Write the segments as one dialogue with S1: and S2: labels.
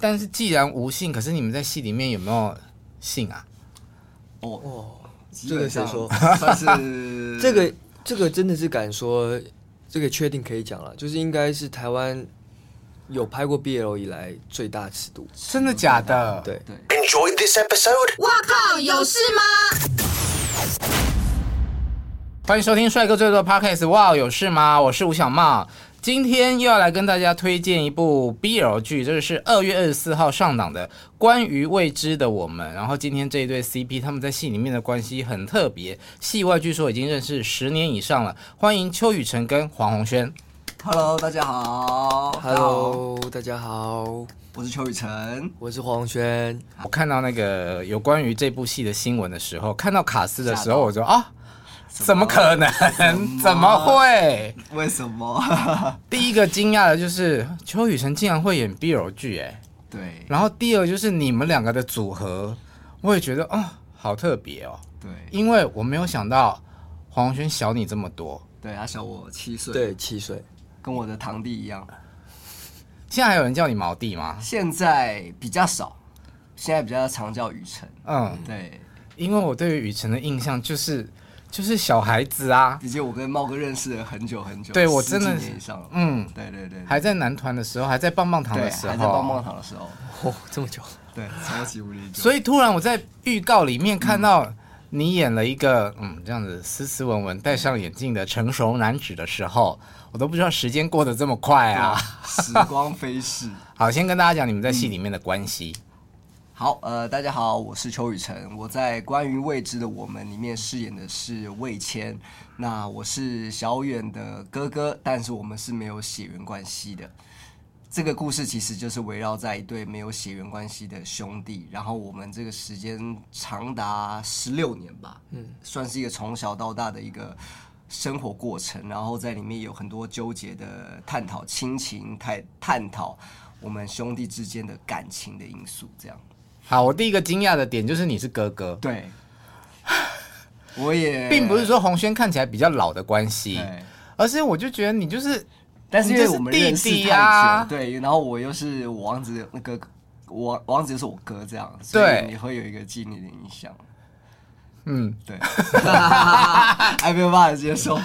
S1: 但是既然无性，可是你们在戏里面有没有性啊？
S2: 这个谁 说？
S3: 算是
S2: 这个这个真的是敢说，这个确定可以讲了，就是应该是台湾有拍过 BL 以来最大尺度。
S1: 真的假的？
S2: 对，
S4: Enjoyed this episode?
S1: 欢迎收听《帅哥最多的 Podcast》。哇，有事吗？我是吴小茂，今天又要来跟大家推荐一部 BL 剧，这个是二月二十四号上档的《关于未知的我们》。然后今天这一对 CP 他们在戏里面的关系很特别，戏外据说已经认识十年以上了。欢迎邱雨辰跟黄宏轩。
S3: Hello，大家好
S2: Hello，大哦家好，
S3: 我是邱雨辰。
S2: 我是黄轩。
S1: 我看到那个有关于这部戏的新闻的时候，看到卡斯的时候，我就啊，怎么可能？怎么会？
S3: 为什么？
S1: 第一个惊讶的就是邱雨辰竟然会演 BL 剧，哎。
S3: 对
S1: 然后第二就是你们两个的组合，我也觉得哦，好特别哦，
S3: 对
S1: 因为我没有想到黄轩小你这么多。
S3: 对，他小我七岁，
S2: 对，，七岁。
S3: 跟我的堂弟一样。
S1: 现在还有人叫你毛弟吗？
S3: 现在比较少，现在比较常叫雨辰。
S1: 嗯，
S3: 对，
S1: 因为我对于雨辰的印象就是就是小孩子啊，
S3: 毕竟我跟茂哥认识了很久很久，
S1: 对我
S3: 十几
S1: 真的
S3: 年以上了。
S1: 嗯，
S3: 对对对，
S1: 还在男团的时候，还在棒棒糖
S3: 对
S1: 的时
S3: 还在
S1: 候，
S3: 棒棒糖的时候，
S2: 哦，这么久，
S3: 对，超级无敌久。
S1: 所以突然我在预告里面看到
S3: 嗯
S1: 你演了一个嗯这样子斯斯文文戴上眼镜的成熟男子的时候，我都不知道时间过得这么快啊！
S3: 时光飞逝。
S1: 好，先跟大家讲你们在戏里面的关系。
S3: 嗯好，呃，大家好，我是邱雨辰，我在《关于未知的我们》里面饰演的是魏谦，那我是小远的哥哥，但是我们是没有血缘关系的。这个故事其实就是围绕在一对没有血缘关系的兄弟，然后我们这个时间长达十六年吧，嗯，算是一个从小到大的一个生活过程，然后在里面有很多纠结的探讨亲情，探探讨我们兄弟之间的感情的因素，这样。
S1: 好，我第一个惊讶的点就是你是哥哥，
S3: 对，我也
S1: 并不是，说洪轩看起来比较老的关系，
S3: 对
S1: 而是我就觉得你就是
S3: 但是因为
S1: 你就是
S3: 我们
S1: 弟
S3: 认识
S1: 弟
S3: 太久，
S1: 啊
S3: 对，然后我又是我王子的那个我王子就是我哥这样，所
S1: 对
S3: 以你会有一个记忆的影响，
S1: 嗯
S3: 对， 还没有办法接受。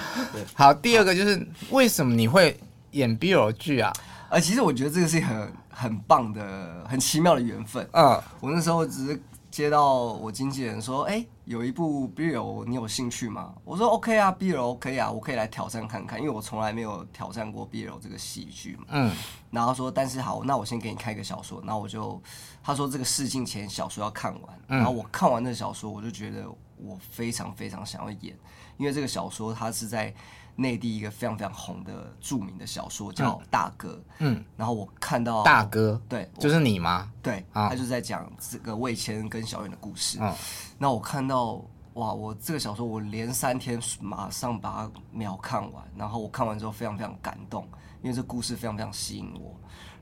S1: 好。第二个就是为什么你会演 BL 剧啊？
S3: 呃，其实我觉得这个是很很棒的、很奇妙的缘分。
S1: 嗯，
S3: 我那时候只是接到我经纪人说，哎、有一部 BL 你有兴趣吗？我说 OK 啊，BL 可以啊，我可以来挑战看看，因为我从来没有挑战过 BL 这个戏剧嘛。
S1: 嗯，
S3: 然后说，但是好，那我先给你开个小说。那我就他说这个试镜前小说要看完，然后我看完那小说，我就觉得我非常非常想要演，因为这个小说它是在内地一个非常非常红的著名的小说叫《大哥》。
S1: 嗯，
S3: 然后我看到
S1: 大哥，
S3: 对我
S1: 就是你吗？
S3: 对，
S1: 啊
S3: 他就在讲这个魏谦跟小远的故事。
S1: 嗯
S3: 那我看到哇，我这个小说我连三天马上把它秒看完，然后我看完之后非常非常感动，因为这故事非常非常吸引我。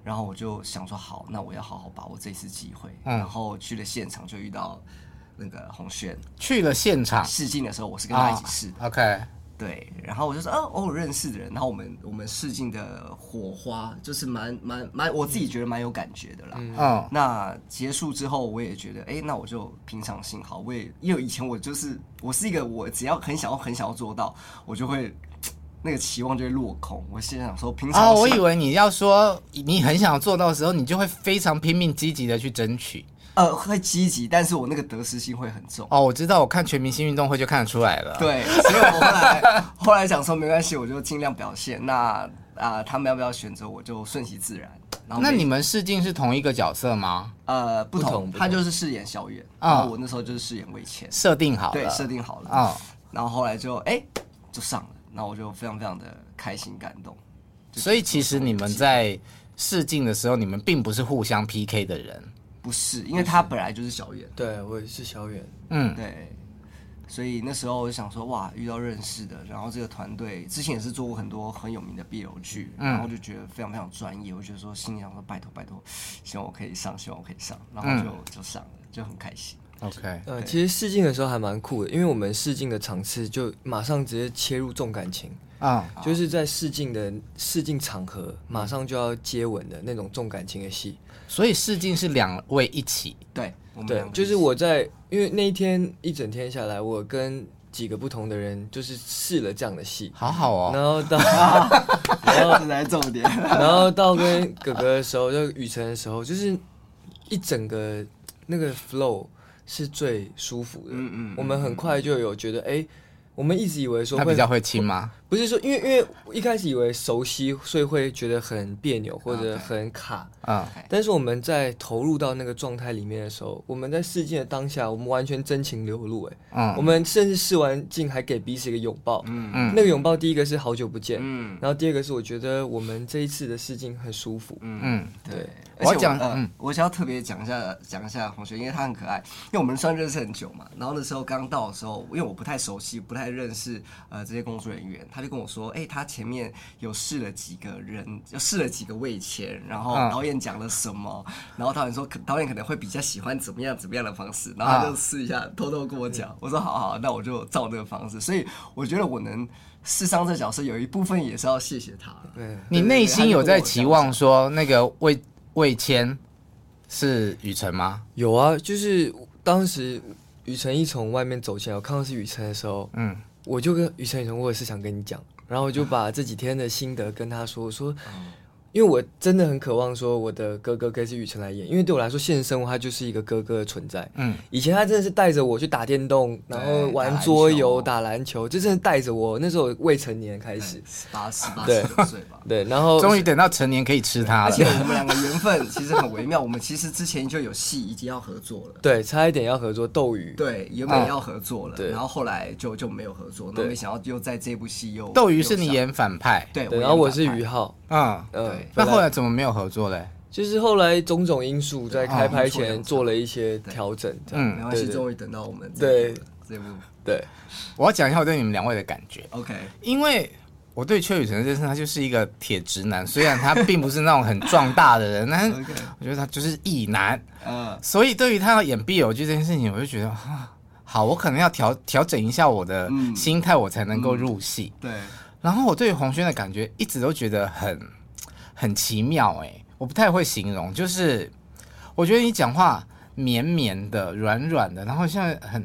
S3: 然后我就想说，好，那我要好好把握这次机会。
S1: 嗯
S3: 然后去了现场就遇到那个洪轩，
S1: 去了现场
S3: 试镜的时候我是嗯跟
S1: 啊
S3: 他一起试的。
S1: OK，
S3: 对，然后我就说，哦，哦，我认识的人，然后我们我们试镜的火花就是蛮蛮蛮，我自己觉得蛮有感觉的啦。
S1: 嗯，
S3: 那结束之后，我也觉得，哎、那我就平常心好。我也因为以前我就是我是一个我只要很想要很想要做到，我就会那个期望就会落空。我现在想说平常
S1: 啊，
S3: 心
S1: 我以为你要说你很想做到的时候，你就会非常拼命积极的去争取。
S3: 呃会积极，但是我那个得失心会很重。
S1: 哦，我知道，我看全明星运动会就看得出来了。，
S3: 对，所以我后来 后来想说没关系，我就尽量表现。那啊、他们要不要选择我就顺其自然。然后
S1: 那
S3: 没
S1: 你们试镜是同一个角色吗？
S3: 呃不同，
S2: 不同不
S3: 他
S2: 同
S3: 就是饰演小远，
S1: 啊
S3: 然后我那时候就是饰演魏谦，
S1: 设定好了，
S3: 对，设定好了。
S1: 啊、
S3: 然后后来就哎、就上了，那我就非常非常的开心感动。
S1: 所以其实你们在试镜的时候，你们并不是互相 PK 的人，
S3: 不是，因为他本来就是小远，
S2: 对我也是小远，
S1: 嗯，
S3: 对，所以那时候我就想说，哇，遇到认识的，然后这个团队之前也是做过很多很有名的 BL 剧，然后就觉得非常非常专业，我觉得说心里想说，拜托拜托，希望我可以上，希望我可以上，然后就、就上了，就很开心。
S1: OK，
S2: 呃，其实试镜的时候还蛮酷的，因为我们试镜的场次就马上直接切入重感情，
S1: 啊、
S2: 就是在试镜的试镜场合马上就要接吻的那种重感情的戏。
S1: 所以试镜是两位一起，
S3: 对，我们
S2: 对
S3: 两，个
S2: 就是
S3: 一起
S2: 我在，因为那一天一整天下来，我跟几个不同的人就是试了这样的戏，
S1: 好好哦。
S2: 然后 到
S3: 这才是重点。
S2: 然后到跟哥哥的时候，就雨辰的时候，就是一整个那个 flow 是最舒服的。
S3: 嗯嗯嗯
S2: 我们很快就有觉得，哎、我们一直以为说
S1: 他
S2: 会
S1: 比较会亲吗？
S2: 不是说，因为因为我一开始以为熟悉，所以会觉得很别扭或者很卡。
S1: 啊、
S2: 但是我们在投入到那个状态里面的时候，我们在试镜的当下，我们完全真情流露、哎，
S1: 嗯
S2: 我们甚至试完镜还给彼此一个拥抱，嗯
S1: 嗯
S2: 那个拥抱第一个是好久不见，
S3: 嗯
S2: 然后第二个是我觉得我们这一次的试镜很舒服，
S1: 嗯，
S3: 对，
S1: 我要
S3: 而且
S1: 讲
S3: 呃
S1: 嗯
S3: 我想要特别讲一下讲一下同学，因为他很可爱，因为我们算认识很久嘛。然后那时候刚到的时候，因为我不太熟悉，不太认识呃这些工作人员，他就跟我说，哎、他前面有试了几个人，就试了几个位前，然后
S1: 嗯
S3: 导演讲了什么，然后导演说可导演可能会比较喜欢怎么样怎么样的方式，然后他就试一下，偷偷跟我讲，我说好好，那我就照那个方式。所以我觉得我能试上这角色，有一部分也是要谢谢他。
S2: 对，
S1: 你内心有在期望说那个魏魏谦是雨辰吗？
S2: 有啊，就是当时雨辰一从外面走进来，我看到是雨辰的时候，
S1: 嗯，
S2: 我就跟雨辰雨辰，我也是想跟你讲，然后我就把这几天的心得跟他 说，我说。
S3: 哦
S2: 因为我真的很渴望说我的哥哥可以是雨辰来演，因为对我来说现实生活他就是一个哥哥的存在。
S1: 嗯，
S2: 以前他真的是带着我去打电动，然后
S3: 对
S2: 玩
S3: 打篮
S2: 桌游、
S3: 球
S2: 打篮球，就真的带着我。那时候我未成年开始，
S3: 十八十哎八
S2: 对
S3: 十九岁吧。
S2: 对，然后
S1: 终于等到成年可以吃他
S3: 而
S1: 了
S3: 且。我们两个缘分其实很微妙，我们其实之前就有戏已经要合作了。
S2: 对，差一点要合作斗鱼。
S3: 对，原本要合作了，
S2: 啊对
S3: 然后后来就就没有合作，那
S2: 对
S3: 没想到又在这部戏又
S1: 斗鱼是你
S3: 又上，
S1: 演反派，
S3: 对，
S2: 对，
S3: 演
S2: 然后我是
S3: 反派
S2: 于，浩，
S1: 嗯，
S2: 嗯
S3: 对，
S1: 那
S2: 本
S1: 后来怎么没有合作嘞？
S2: 就是后来种种因素在开拍前做了一些
S3: 对
S2: 调整，这
S1: 嗯
S2: 样，
S3: 没关系，
S2: 对对
S3: 终于等到我们
S2: 对
S3: 这一部了这部
S2: 对，
S1: 我要讲一下我对你们两位的感觉。
S3: OK，
S1: 因为我对邱雨辰认识，他就是一个铁直男，虽然他并不是那种很壮大的人，但是
S3: OK
S1: 我觉得他就是异男，
S3: 呃，
S1: 所以对于他要演 BL 剧这件事情，我就觉得啊好，我可能要调调整一下我的
S3: 嗯
S1: 心态，我才能够入戏。
S3: 对，
S1: 然后我对于洪轩的感觉一直都觉得很很奇妙、欸，我不太会形容，就是我觉得你讲话绵绵的、软软的，然后像很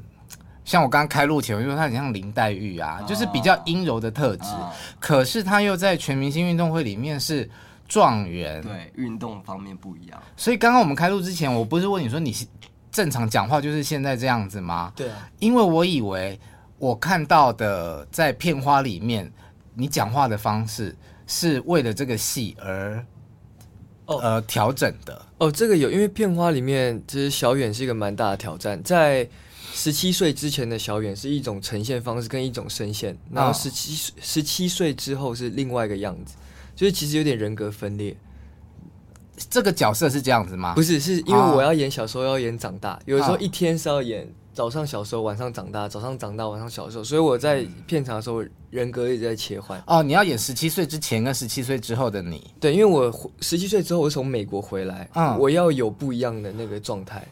S1: 像我刚刚开录前我就说他很像林黛玉啊，就是比较阴柔的特质，
S3: 啊
S1: 可是他又在全明星运动会里面是状元，
S3: 对，运动方面不一样，
S1: 所以刚刚我们开录之前，我不是问你说你是正常讲话就是现在这样子吗？
S2: 对啊，
S1: 因为我以为我看到的在片花里面，你讲话的方式是为了这个戏而、
S2: 哦
S1: 呃调整的。
S2: 哦，这个有，因为片花里面其实小远是一个蛮大的挑战，在十七岁之前的小远是一种呈现方式跟一种声线，然后
S1: 哦
S2: 十七十七岁之后是另外一个样子，就是其实有点人格分裂，
S1: 这个角色是这样子吗？
S2: 不
S1: 是，
S2: 是，是因为
S1: 啊
S2: 我要演小时候，要演长大，有时候
S1: 啊
S2: 一天是要演早上小时候，晚上长大，早上长大，晚上小时候，所以我在片场的时候人格一直在切换。
S1: 哦，你要演十七岁之前跟十七岁之后的你。
S2: 对，因为我十七岁之后，我从美国回来，
S1: 嗯
S2: 我要有不一样的那个状态。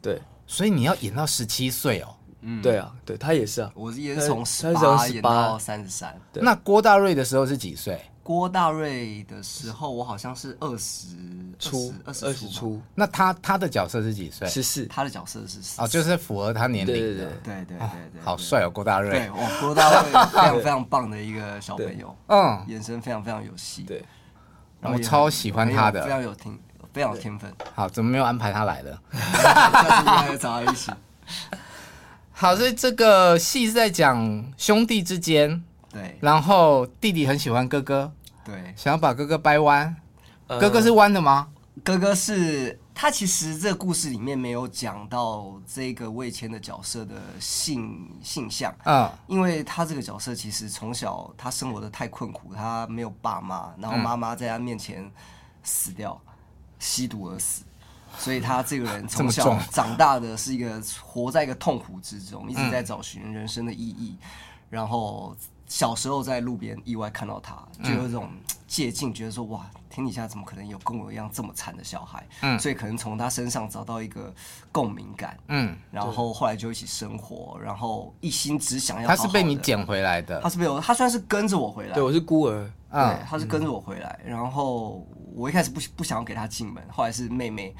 S2: 对，
S1: 所以你要演到十七岁哦。
S3: 嗯，
S2: 对，啊，对他也是啊，
S3: 我也是
S2: 他
S3: 从
S2: 他
S3: 十
S2: 是从
S3: 八演到
S2: 18
S3: 三十三，
S2: 对
S1: 那郭大瑞的时候是几岁？
S3: 郭大瑞的时候我好像是二十
S2: 初
S3: 二
S2: 二
S3: 十
S2: 十
S3: 出，
S2: 出
S1: 那他他的角色是几岁？
S2: 十四，
S3: 他的角色是14
S1: 哦，就是符合他年龄
S2: 对
S1: 的。
S2: 对对，
S3: 对对对
S1: 哦
S3: 对，
S1: 好
S3: 对
S1: 帅哦，郭大瑞
S3: 对，。哇，郭大卫非常非常棒的一个小朋友，
S1: 嗯，
S3: 眼神非常非常有戏，
S2: 对，
S3: 然后
S1: 我
S3: 也
S1: 超
S3: 很
S1: 喜欢他的
S3: 非常有天，非常有天分，
S1: 好，怎么没有安排他来的？
S3: 下次应该找他一起。
S1: 好，所以这个戏是在讲兄弟之间，
S3: 对
S1: 然后弟弟很喜欢哥哥，
S3: 对，
S1: 想要把哥哥掰弯。
S2: 呃
S1: 哥哥是弯的吗？
S3: 哥哥是他，其实这个故事里面没有讲到这个魏谦的角色的性性向，
S1: 嗯
S3: 因为他这个角色其实从小他生活的太困苦，他
S1: 嗯
S3: 没有爸妈，然后妈妈在他面前死掉，吸毒而死，所以他这个 人
S1: 么
S3: 从
S1: 重
S3: 小长大的是一个活在一个痛苦之中，一直在找寻人生的意义。
S1: 嗯
S3: 然后小时候在路边意外看到他，
S1: 嗯
S3: 就有一种借镜，觉得说哇，天底下怎么可能有跟我一样这么惨的小孩？
S1: 嗯
S3: 所以可能从他身上找到一个共鸣感。
S1: 嗯，
S3: 然后后来就一起生活，然后一心只想要
S1: 嗯他
S3: 好
S1: 是
S3: 好
S1: 被你
S3: 地，
S1: 捡回来的
S3: 他，是被我，他算是跟着我回来，
S2: 对，我是孤儿，
S1: 嗯
S3: 对，，他是跟着我回来，然后我一开始不不想要给他进门，后来是妹妹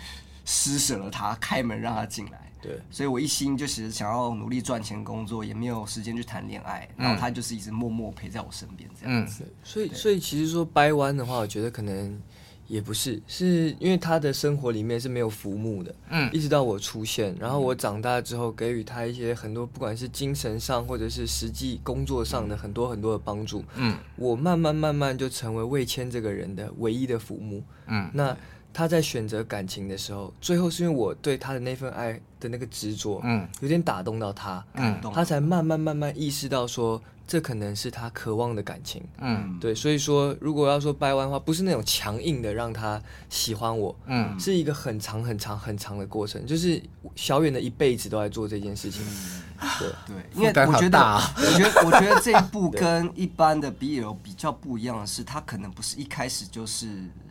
S3: 施舍了他开门让他进来，
S2: 对，
S3: 所以我一心就其实想要努力赚钱工作，也没有时间去谈恋爱，然后他就是一直默默陪在我身边这样子，
S2: 所以所以其实说掰弯的话，我觉得可能也不是，是因为他的生活里面是没有浮木的，
S1: 嗯
S2: 一直到我出现，然后我长大之后给予他一些很多，不管是精神上或者是实际工作上的很多很多的帮助，
S1: 嗯，
S2: 我慢慢慢慢就成为魏谦这个人的唯一的浮木，
S1: 嗯，
S2: 那。他在选择感情的时候，最后是因为我对他的那份爱的那个执着，
S1: 嗯，
S2: 有点打动到他，
S3: 嗯，懂
S2: 他才慢慢慢慢意识到说，这可能是他渴望的感情，
S1: 嗯
S2: 对，所以说，如果要说掰弯的话，不是那种强硬的让他喜欢我，
S1: 嗯
S2: 是一个很长很长很长的过程，就是小远的一辈子都在做这件事情。
S1: 嗯
S2: 对，
S3: 对，因为
S1: 负担
S3: 我
S1: 好
S3: 觉得，
S1: 大啊
S3: 我觉得，我觉得这一部跟一般的 BL 比较不一样的是，它可能不是一开始就是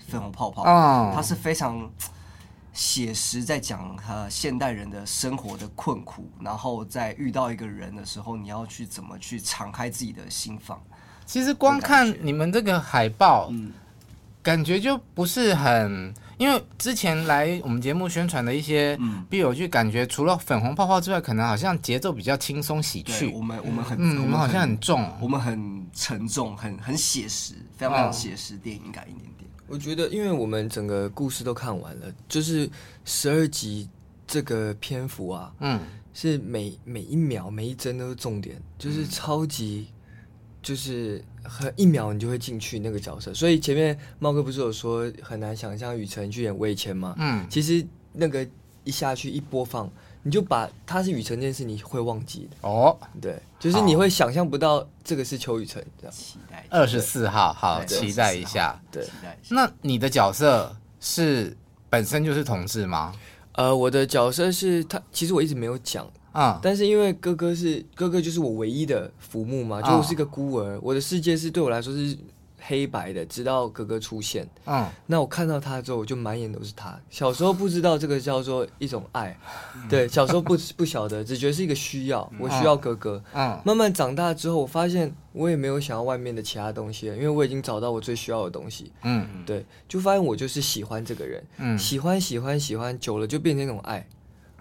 S3: 粉红泡泡，
S1: 哦
S3: 它是非常写实，在讲呃现代人的生活的困苦，然后在遇到一个人的时候，你要去怎么去敞开自己的嗯心房。
S1: 其实光看你们这个海报，感觉就不是很，因为之前来我们节目宣传的一些
S3: 嗯
S1: 必有剧，感觉除了粉红泡泡之外，可能好像节奏比较轻松喜
S3: 对，
S1: 剧
S3: 我，们我们很，
S1: 嗯，你
S3: 我
S1: 们好像很
S3: 很，
S1: 重，
S3: 我们很沉重，很很写实，非常非
S1: 哦
S3: 常写实，电影感一点点。
S2: 我觉得，因为我们整个故事都看完了，就是十二集这个篇幅啊，
S1: 嗯
S2: 是每每一秒每一帧都是重点，就是
S1: 嗯
S2: 超级，就是很一秒你就会进去那个角色。所以前面茂哥不是有说很难想象雨辰去演魏谦吗？
S1: 嗯
S2: 其实那个一下去一播放，你就把他是雨辰这件事你会忘记的，
S1: 哦，
S2: 对，就是你会想象不到这个是邱雨辰这样，
S3: 期待一下
S1: 二十四号，好
S3: 对
S1: 期待一下。
S2: 对
S3: 期待一下。
S1: 那你的角色是本身就是同志吗？
S2: 呃，我的角色是他，其实我一直没有讲，
S1: 嗯
S2: 但是因为哥哥是哥哥，就是我唯一的浮木嘛，就
S1: 啊
S2: 我是一个孤儿，我的世界是对我来说是黑白的，直到哥哥出现。
S1: 嗯，
S2: 那我看到他之后，我就满眼都是他。小时候不知道这个叫做一种爱， 对，小时候不不晓得，只觉得是一个需要，我需要哥哥。
S1: 嗯
S2: 慢慢长大之后，我发现我也没有想要外面的其他东西了，因为我已经找到我最需要的东西。
S1: 嗯
S2: 对，就发现我就是喜欢这个人，
S1: 嗯
S2: 喜欢喜欢喜欢，久了就变成一种爱。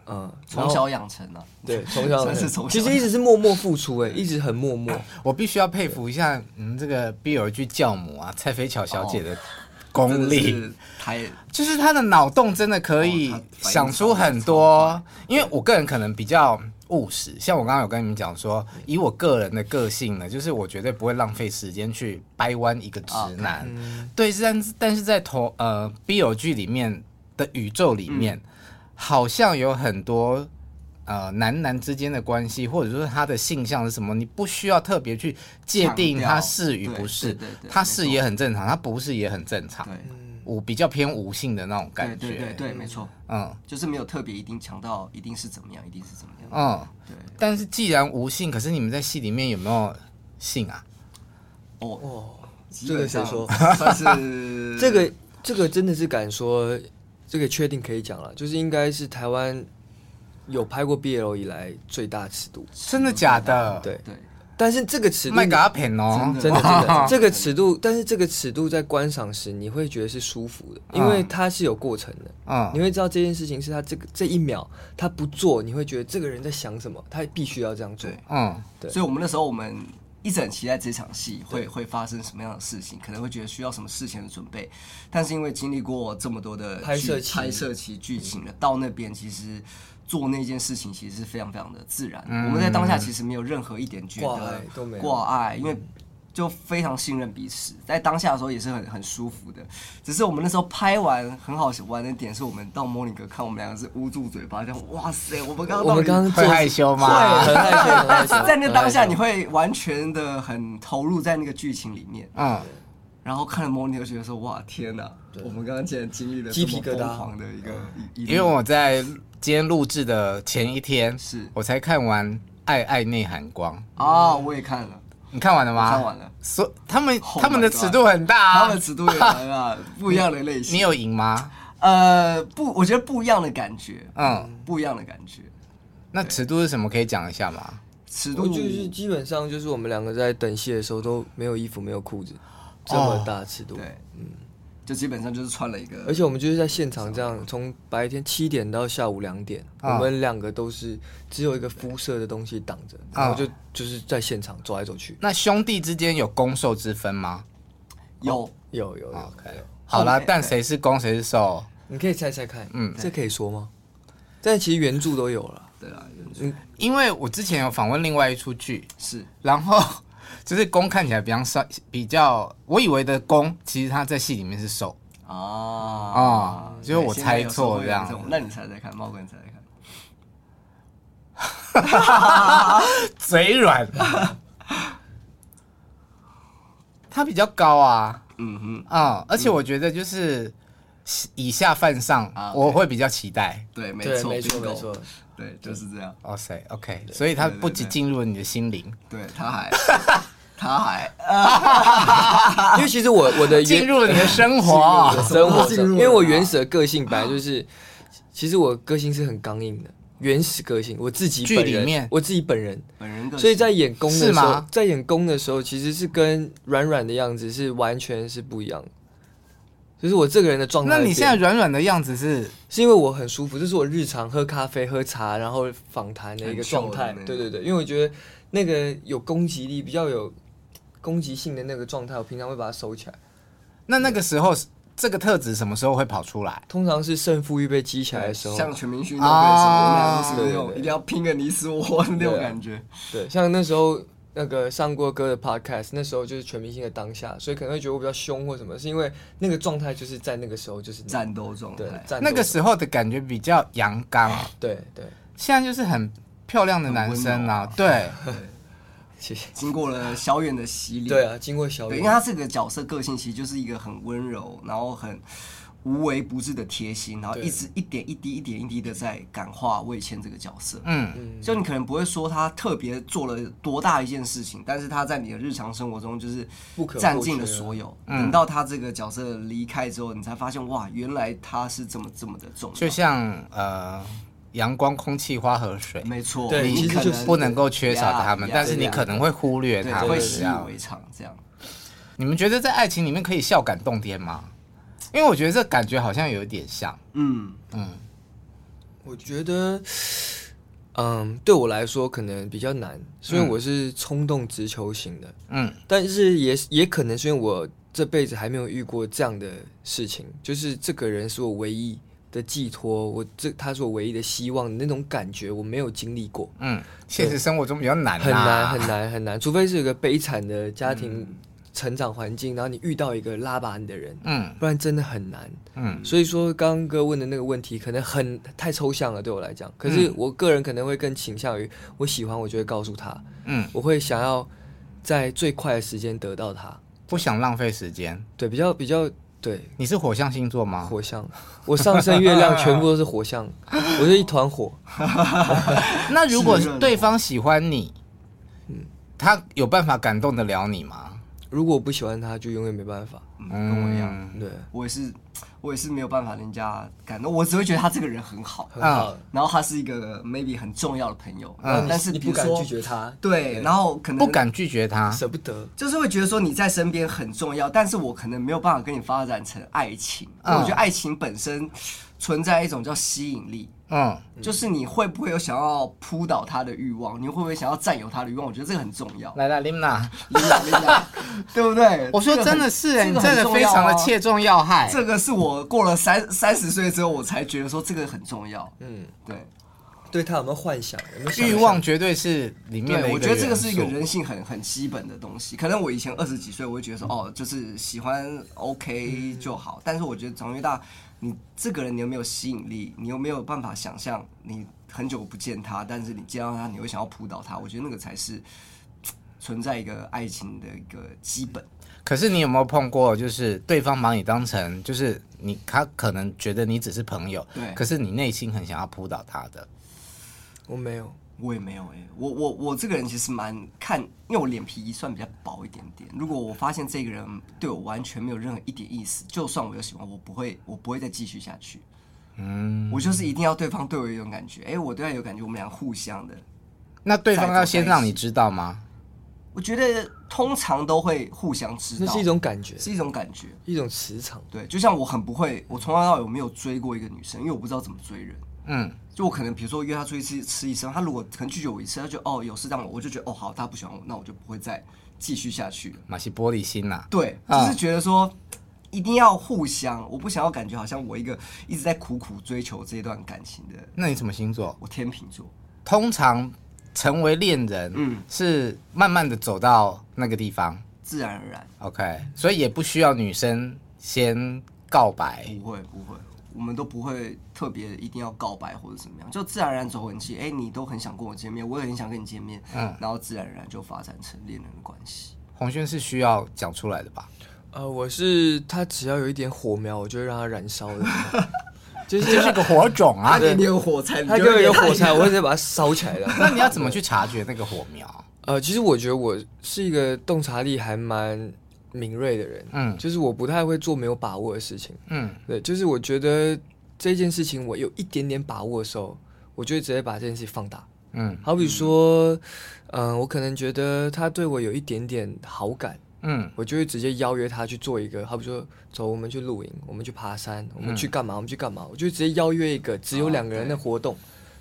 S2: 嗯，然
S3: 从
S2: 后
S3: 小养成啊，
S2: 对，从小
S3: 算是从小
S2: 其实一直是默默付出、哎，一直很默默。
S1: 我必须要佩服一下你们这个 BL 剧教母啊，蔡飞巧小姐的功力。
S3: 哦真的是太
S1: 就是他的脑洞真的可以
S3: 哦他反应
S1: 想出很
S3: 超
S1: 多，因为我个人可能比较务实，像我刚刚有跟你们讲说，以我个人的个性呢，就是我绝对不会浪费时间去掰弯一个直
S3: 啊
S1: 男，
S3: 嗯
S1: 对，但是但是在同呃 BL 剧里面的宇宙里
S3: 嗯
S1: 面，好像有很多呃男男之间的关系，或者说他的性向是什么，你不需要特别去界定
S3: 强调
S1: 他是与
S3: 对
S1: 不是
S3: 对对，对
S1: 他
S3: 没
S1: 是
S3: 错
S1: 也很正常，他不是也很正常
S3: 对。
S1: 我比较偏无性的那种
S3: 对
S1: 感觉，
S3: 对对对，没错，
S1: 嗯
S3: 就是没有特别一定强到一定是怎么样，一定是怎么样。
S1: 嗯。
S3: 对，
S1: 但是既然无性，可是你们在戏里面有没有性啊？
S3: 哦，
S2: 哦，
S3: 基
S2: 这个
S3: 本
S2: 谁
S3: 上
S2: 说？
S3: 算 是
S2: 这个这个真的是敢说，这个确定可以讲了，就是应该是台湾有拍过 BL 以来最大尺度。
S1: 真的假的？
S2: 对，
S3: 对
S2: 但是这个尺度
S1: 卖给他骗哦。
S2: 真的 真的，这个尺
S3: 度
S2: 度，但是这个尺度在观赏时你会觉得是舒服的，因为它是有过程的。你
S1: 嗯
S2: 会知道这件事情是他这个这一秒他不做，你会觉得这个人在想什么，他必须要这样做。
S3: 对
S1: 嗯
S2: 对
S3: 所以我们那时候我们一直很期待这场戏会会发生什么样的事情，可能会觉得需要什么事前的准备，但是因为经历过这么多的
S2: 拍摄
S3: 剧
S2: 期
S3: 拍摄期剧情了，到那边其实。做那件事情其实是非常非常的自然，我们在当下其实没有任何一点觉
S2: 嗯挂
S3: 得
S2: 碍都没有
S3: 挂碍，因为就非常信任彼此，在当下的时候也是很很舒服的。只是我们那时候拍完很好玩的点是，我们到莫妮哥看我们两个是捂住嘴巴，这样哇塞，我们刚刚
S2: 我们
S3: 到底
S2: 刚刚
S1: 会
S2: 做
S1: 害羞吗
S2: 会很害羞，很 害羞
S3: 在那当下，你
S2: 很害羞
S3: 会完全的很投入在那个剧情里面。
S1: 嗯
S3: 然后看了 monitor 就觉得说，哇，天哪！我们刚刚竟然经历了
S2: 鸡皮
S3: 这么
S2: 疙瘩
S3: 疯狂的一个一，一
S1: 因为我在今天录制的前一天，
S3: 嗯是
S1: 我才看完《爱爱内涵光》，
S3: 啊，我也看了，
S1: 你看完了吗？
S3: 我看完了。
S1: 所他们
S3: Oh my
S1: 他们的尺度很大
S3: 他
S1: 啊
S3: 们，尺度 也来了，不一样的类型。
S1: 你有赢吗？
S3: 呃不，我觉得不一样的感觉，
S1: 嗯，
S3: 不一样的感觉，
S1: 那尺度是什么？可以讲一下吗？
S3: 尺
S2: 我
S3: 度
S2: 就是基本上就是我们两个在等戏的时候都没有衣服，没有裤子，这
S1: 哦
S2: 么大尺度。
S3: 对，嗯，就基本上就是穿了一个，
S2: 而且我们就是在现场这样，从白天七点到下午两点，我
S1: 啊
S2: 们两个都是只有一个肤色的东西挡着，
S1: 啊
S2: 然后就就是在现场走来走去。
S1: 那兄弟之间有攻受之分吗
S3: 有
S2: 有有有，
S1: 啊？OK，好啦，但谁是攻谁是受？
S2: 你可以猜猜看，
S1: 嗯
S2: 嗯，这可以说吗？但其实原著都有了，
S3: 对啊，
S1: 因为我之前有访问另外一出剧，
S3: 是
S1: 然后 就是攻看起来比较帅，比较我以为的攻，其实他在戏里面是受。
S3: 啊
S1: 啊就是我猜错这样
S3: 那你猜猜看，猫哥你猜猜看，
S1: 嘴软。他比较高啊，
S3: 嗯哼，
S1: 嗯，而且我觉得就是以下犯上
S3: 啊，
S1: 我会比较期待。
S3: 对，没
S2: 对，
S3: 错，
S2: 没错
S3: bingo
S2: 没错，，
S3: 对，就是这样，
S1: 哇塞，OK，所以他不仅进入了你的心灵，
S3: 对，他还他还
S2: 因为其实我我的原
S1: 进入啊了你的生活。
S2: 生活
S3: 进入
S2: 上，
S3: 了
S2: 因为我原始的个性本来就是，其实我个性是很刚硬的，原始个性，我自己
S1: 剧
S2: 本
S1: 里
S2: 人
S1: 面
S2: 我自己本人，
S3: 本人个性，
S2: 所以在演功的
S1: 是
S2: 时候
S1: 吗，
S2: 在演功的时候，其实是跟软软的样子是完全是不一样的。就是我这个人的状态
S1: 那
S2: 变，
S1: 你现在软软的样子是
S2: 是因为我很舒服，这是我日常喝咖啡、喝茶，然后访谈的一个
S3: 很
S2: 状
S3: chill 的
S2: 态
S3: 那。
S2: 对对对，因为我觉得那个有攻击力，比较有攻击性的那个状态，我平常会把它收起来。
S1: 那那个时候这个特质什么时候会跑出来？
S2: 通常是胜负欲被激起来的时候，
S3: 像全民运动会的时候，我们俩都是那
S2: 对对
S3: 种
S2: 对
S3: 一定要拼个你死我活的那种
S2: 对啊
S3: 感觉，
S2: 对，像那时候那个上过歌的 podcast，那时候就是全明星的当下，所以可能会觉得我比较凶或什么，是因为那个状态就是在那个时候就是
S3: 战斗状
S2: 对
S3: 态，
S2: 战
S1: 那个
S2: 斗
S1: 时候的感觉比较阳刚，
S2: 对对，
S1: 现在就是很漂亮的男生啊，对，
S2: 谢谢。
S3: 经过了小远的洗礼，
S2: 对啊，经过小
S3: 对，
S2: 雨
S3: 因为，他这个角色个性其实就是一个很温柔，然后很无微不至的贴心，然后
S2: 对
S3: 一直一点一滴、一点一滴的在感化魏谦这个角色。
S1: 嗯。
S3: 就你可能不会说他特别做了多大一件事情，但是他在你的日常生活中就是
S2: 不可或缺
S3: 占尽了所有。嗯等到他这个角色离开之后，你才发现哇，原来他是这么这么的重要。
S1: 就像呃，阳光、空气、花和水，
S3: 没错，
S2: 对
S3: 你
S2: 其实
S3: 可
S2: 就是
S3: 能
S1: 不能够缺少它们，
S3: 呀
S1: 但是你
S3: 呀
S1: 可能会忽略
S3: 对
S1: 它
S3: 会
S1: 们。
S3: 习
S1: 这
S3: 以
S1: 样，
S3: 为常这样。
S1: 你们觉得在爱情里面可以孝感动天吗？因为我觉得这感觉好像有一点像，
S3: 嗯，
S2: 我觉得，嗯，对我来说可能比较难，是因为我是冲动直球型的，
S1: 嗯，
S2: 但是也也可能是因为我这辈子还没有遇过这样的事情，就是这个人是我唯一的寄托，我这他是我唯一的希望，那种感觉我没有经历过，
S1: 嗯，现实生活中比较难、啊，
S2: 很 难很难很难，除非是有个悲惨的家庭成长环境，然后你遇到一个拉拔你的人，
S1: 嗯
S2: 不然真的很难。
S1: 嗯，
S2: 所以说刚刚哥问的那个问题可能很太抽象了，对我来讲。可
S3: 嗯
S2: 是我个人可能会更倾向于，我喜欢我就会告诉他，
S1: 嗯，
S2: 我会想要在最快的时间得到他。
S1: 不想浪费时间。
S2: 对，比较比较对
S1: 你是火象星座
S3: 啊
S1: 吗？
S2: 火象，我上升月亮全部都是火象，我是一团火。
S1: 那如果
S3: 是的
S1: 对方喜欢你，他有办法感动得了你吗？
S2: 如果我不喜欢他，就永远没办法。
S3: 嗯啊跟我一样。
S2: 对，
S3: 我也是，我也是没有办法人家感动，我只会觉得他这个人很好，
S2: 很好。
S3: 然后他是一个 maybe 很重要的朋友，
S2: 那
S3: 但是
S2: 你
S3: 比
S2: 不
S3: 如
S2: 敢
S3: 说
S2: 拒绝他，
S3: 对，然后可能
S1: 不，敢拒绝他，
S2: 舍不得。
S3: 就是会觉得说你在身边很重要，但是我可能没有办法跟你发展成爱情，因为我觉得爱情本身存在一种叫吸引力。
S1: 嗯，
S3: 就是你会不会有想要扑倒他的欲望？你会不会想要占有他的欲望？我觉得这个很重 要，
S1: 来来，Lina，
S3: 琳达琳达对不对？
S1: 我说
S3: 这个
S1: 真
S3: 很
S1: 的是、欸，
S3: 这
S1: 你
S3: 个
S1: 真
S3: 很
S1: 的
S3: 重
S1: 非
S3: 要
S1: 常的
S3: 啊
S1: 切中要害。
S3: 这个是我过了三三十岁之后，我才觉得说这个很重要。
S2: 嗯，
S3: 对，
S2: 对他有没有幻想？有没有想
S1: 欲
S2: 象
S1: 望绝对是里面的
S3: 对，
S1: 一
S3: 我觉得这个
S1: 元
S3: 是一个
S1: 素
S3: 人性很很基本的东西。可能我以前二十几岁，我会觉得说哦，就是喜欢 OK
S1: 嗯
S3: 就好。但是我觉得长越大，你这个人你有没有吸引力，你有没有办法想象你很久不见他，但是你见到他，你会想要扑倒他？我觉得那个才是嘖存在一个爱情的一个基本。
S1: 可是你有没有碰过，就是对方把你当成就是你，他可能觉得你只是朋友，
S3: 对
S1: 可是你内心很想要扑倒他的，
S2: 我没有，
S3: 我也没有哎、我我我这个人其实蛮看，因为我脸皮算比较薄一点点。如果我发现这个人对我完全没有任何一点意思，就算我有喜欢，我不会，我不会再继续下去。嗯，我就是一定要对方对我有一种感觉，哎、我对他有感觉，我们俩互相的。
S1: 那对方
S3: 再
S1: 要
S3: 走在
S1: 先
S3: 一
S1: 让
S3: 起
S1: 你知道吗？
S3: 我觉得通常都会互相知道，
S2: 那是一种感觉，
S3: 是一种感觉。
S2: 一种磁场。
S3: 对，就像我很不会，我从头到尾我没有追过一个女生，因为我不知道怎么追人。
S1: 嗯，
S3: 就我可能比如说约她出去吃吃一餐，她如果可能拒绝我一次，她就哦有事让我，我就觉得哦好，她不喜欢我，那我就不会再继续下去了。
S1: 马西玻璃心呐、
S3: 对，就
S1: 啊
S3: 是觉得说一定要互相，我不想要感觉好像我一个一直在苦苦追求这段感情的，
S1: 那你什么星座？
S3: 我天秤座，
S1: 通常成为恋人，
S3: 嗯
S1: 是慢慢的走到那个地方
S3: 自然而然
S1: ，OK，所以也不需要女生先告白。
S3: 不会不会。我们都不会特别一定要告白或者怎么样，就自然而然走很近。哎、你都很想跟我见面，我也很想跟你见面，
S1: 嗯
S3: 然后自然而然就发展成恋人的关系。
S1: 红轩是需要讲出来的吧？
S2: 呃，我是他只要有一点火苗，我就会让它燃烧的， 就
S1: 这
S2: 是
S1: 是个火种 啊！
S3: 给你有火柴，
S2: 他给我一个火柴，我会直接把它烧起来的。
S1: 那你要怎么去察觉那个火苗？
S2: 呃，其实我觉得我是一个洞察力还蛮敏锐的人，
S1: 嗯
S2: 就是我不太会做没有把握的事情。
S1: 嗯，
S2: 对，就是我觉得这件事情我有一点点把握的时候，我就会直接把这件事情放大。
S1: 嗯
S2: 好比说，嗯、我可能觉得他对我有一点点好感，
S1: 嗯
S2: 我就会直接邀约他去做一个，好比说，走，我们去露营，我们去爬山，我们去干嘛，我们去干嘛，我就直接邀约一个只有两个人的活动。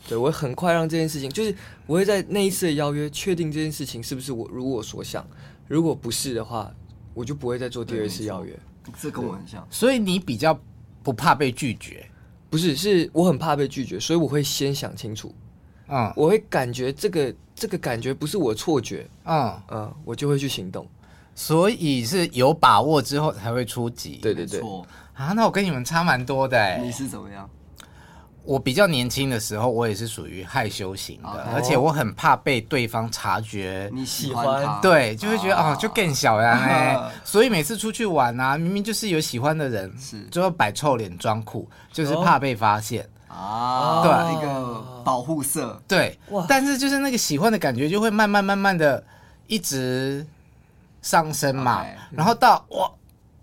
S2: 对，我会很快让这件事情，就是我会在那一次的邀约确定这件事情是不是我如我所想，如果不是的话，我就不会再做第二次邀约。
S3: 这跟我很像，
S1: 所以你比较不怕被拒绝。
S2: 不是，是我很怕被拒绝，所以我会先想清楚，
S1: 嗯
S2: 我会感觉这个这个感觉不是我错觉，
S1: 嗯，
S2: 嗯、我就会去行动。
S1: 所以是有把握之后才会出击。
S2: 对对对
S3: 没，错
S1: 啊，那我跟你们差蛮多的哎、
S3: 你是怎么样？
S1: 我比较年轻的时候，我也是属于害羞型的，
S3: 哦
S1: 而且我很怕被对方察觉。
S3: 你喜欢他？
S1: 对，就会觉得
S3: 啊
S1: 哦，就更小呀、哎、
S3: 啊
S1: 所以每次出去玩啊，明明就是有喜欢的人，
S3: 是哦
S1: 就要摆臭脸装酷，就是怕被发现。
S3: 啊，
S1: 对
S3: 一个保护色，
S1: 对
S2: 哇，
S1: 但是就是那个喜欢的感觉就会慢慢慢慢的一直上升嘛
S3: OK 嗯
S1: 然后到哇，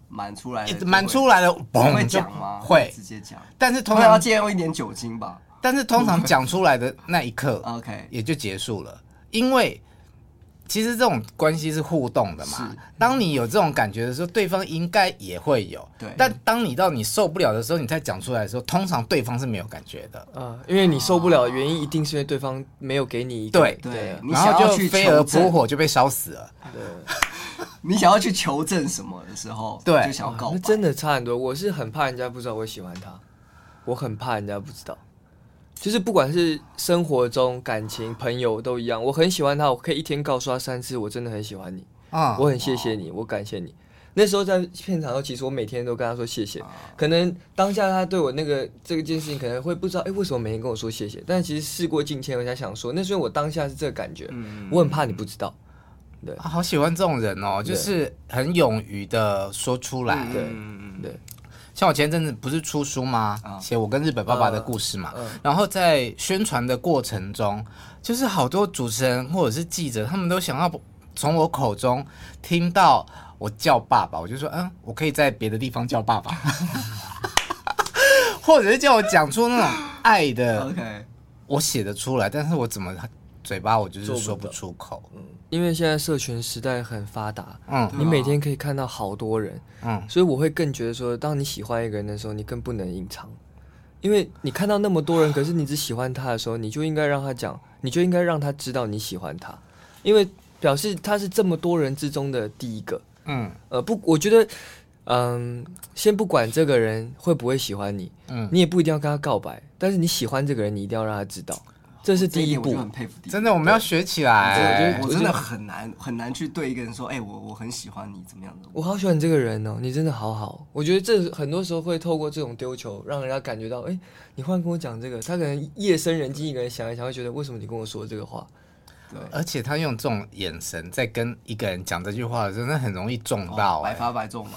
S3: 满出来
S1: 一
S3: 了
S1: 直
S3: 就会，
S1: 满出来了，
S3: 你
S1: 嘣
S3: 哎会
S1: 就
S3: 讲吗？
S1: 会
S3: 直，接讲，
S1: 但是通
S3: 通常要
S1: 常
S3: 借用一点酒精吧。
S1: 但是通常讲出来的那一 刻
S3: OK，
S1: 也就结束了，因为其实这种关系是互动的嘛
S3: 是。
S1: 当你有这种感觉的时候，对方应该也会有。
S3: 对
S1: 但当你到你受不了的时候，你再讲出来的时候，通常对方是没有感觉的。
S2: 啊、因为你受不了的原因，一定是因为对方没有给你一个
S1: 对
S3: 对
S2: 对，啊
S3: 你
S1: 然
S3: 想
S1: 后
S3: 要
S1: 就
S3: 去
S1: 飞蛾
S3: 求
S1: 扑
S3: 证，
S1: 火就被烧死了。
S3: 你想要去求证什么的时候，
S1: 对
S3: 就想要告白。
S2: 啊那真的差很多。我是很怕人家不知道我喜欢他，我很怕人家不知道。就是不管是生活中、感情、朋友都一样，我很喜欢他，我可以一天告诉他三次，我真的很喜欢你，
S1: 啊、
S2: 我很谢谢你，我感谢你。那时候在现场的时候，其实我每天都跟他说谢
S3: 啊
S2: 谢。可能当下他对我那个这个件事情，可能会不知道，哎、为什么每天跟我说谢谢？但其实事过境迁，我才想说，那时候我当下是这个感觉，
S3: 嗯
S2: 我很怕你不知道。
S1: 啊好喜欢这种人哦，就是很勇于的说出来。
S2: 对
S3: 嗯，
S2: 对，
S1: 像我前阵子不是出书吗？写我跟日本爸爸的故事嘛。
S2: 嗯
S1: 然后在宣传的过程中，就是好多主持人或者是记者，他们都想要从我口中听到我叫爸爸，我就说，嗯，我可以在别的地方叫爸 爸，或者是叫我讲出那种爱的，
S2: 嗯
S3: OK，
S1: 我写得出来，但是我怎么嘴巴我就是
S2: 做不
S1: 说不
S2: 到
S1: 出口。
S2: 因为现在社群时代很发达，
S1: 嗯
S3: 啊
S2: 你每天可以看到好多人，
S1: 嗯
S2: 所以我会更觉得说，当你喜欢一个人的时候，你更不能隐藏，因为你看到那么多人，可是你只喜欢他的时候，你就应该让他讲，你就应该让他知道你喜欢他，因为表示他是这么多人之中的第一个。
S1: 嗯
S2: 呃，不，我觉得，嗯，先不管这个人会不会喜欢你，
S1: 嗯，
S2: 你也不一定要跟他告白，但是你喜欢这个人，你一定要让他知道，这是
S3: 哦这
S2: 第
S3: 一
S2: 一
S3: 点我
S2: 步
S3: 就。很佩服你。
S1: 真的我哎们要学起来。
S3: 我真的很难很难去对一个人说，哎，我我很喜欢你，怎么样的？
S2: 我好喜欢你这个人哦，你真的好好。我觉得这很多时候会透过这种丢球，让人家感觉到，哎，你忽然跟我讲这个，他可能夜深人静一个人想一想，会觉得为什么你跟我说这个话？
S1: 而且他用这种眼神在跟一个人讲这句话，真的很容易中到、
S2: 哦
S3: 百
S1: 欸。
S3: 哦发百中嘛。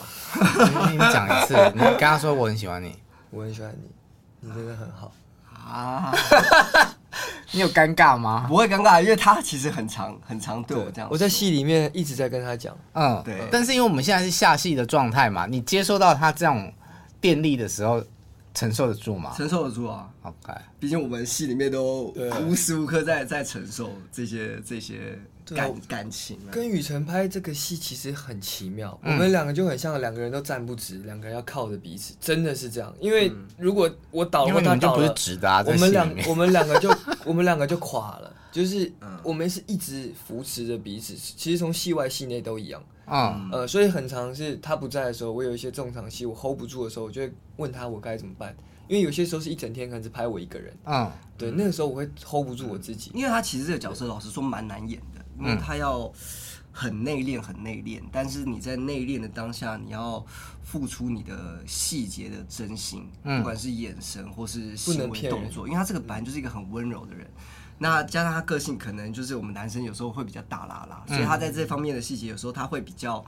S1: 你讲 一次，你跟他说我很喜欢你，
S2: 我很喜欢你，你真的很好。
S3: 啊，
S1: 你有尴尬吗？
S3: 不会尴尬，因为他其实很常很常对我这样说。
S2: 我在戏里面一直在跟他讲，
S1: 嗯，
S3: 对
S1: 但是因为我们现在是下戏的状态嘛，你接收到他这种电力的时候，承受得住吗
S3: 承受得住啊，
S1: ？OK，
S3: 毕竟我们戏里面都
S2: 对啊
S3: 无时无刻在在承受这些这些
S2: 对啊
S3: 感感情
S1: 嗯
S3: 啊。
S2: 跟雨辰拍这个戏其实很奇妙，我们两个就很像两个人都站不直，两个人要靠着彼此，真的是这样。因为如果我倒了，
S1: 嗯因为你
S2: 他
S1: 们就
S2: 倒
S1: 不是
S2: 了，
S1: 直的啊，
S2: 我
S1: 在戏
S2: 们
S1: 里
S2: 两
S1: 面。
S2: 我们两个就 我们两个就垮了，就是我们是一直扶持着彼此，其实从戏外戏内都一样。
S1: 嗯，
S2: 呃，所以很常是他不在的时候，我有一些重场戏我 hold 不住的时候，我就会问他我该怎么办，因为有些时候是一整天可能只拍我一个人，
S1: 嗯，
S2: 对，那个时候我会 hold 不住我自己。
S3: 因为他其实这个角色，老实说蛮难演的，
S2: 嗯
S3: 因为他要很内敛，很内敛。但是你在内敛的当下，你要付出你的细节的真心，
S2: 嗯
S3: 不管是眼神或是行为动作，因为他这个本来就是一个很温柔的人。那加上他个性，可能就是我们男生有时候会比较大啦啦，
S2: 嗯
S3: 所以他在这方面的细节，有时候他会比较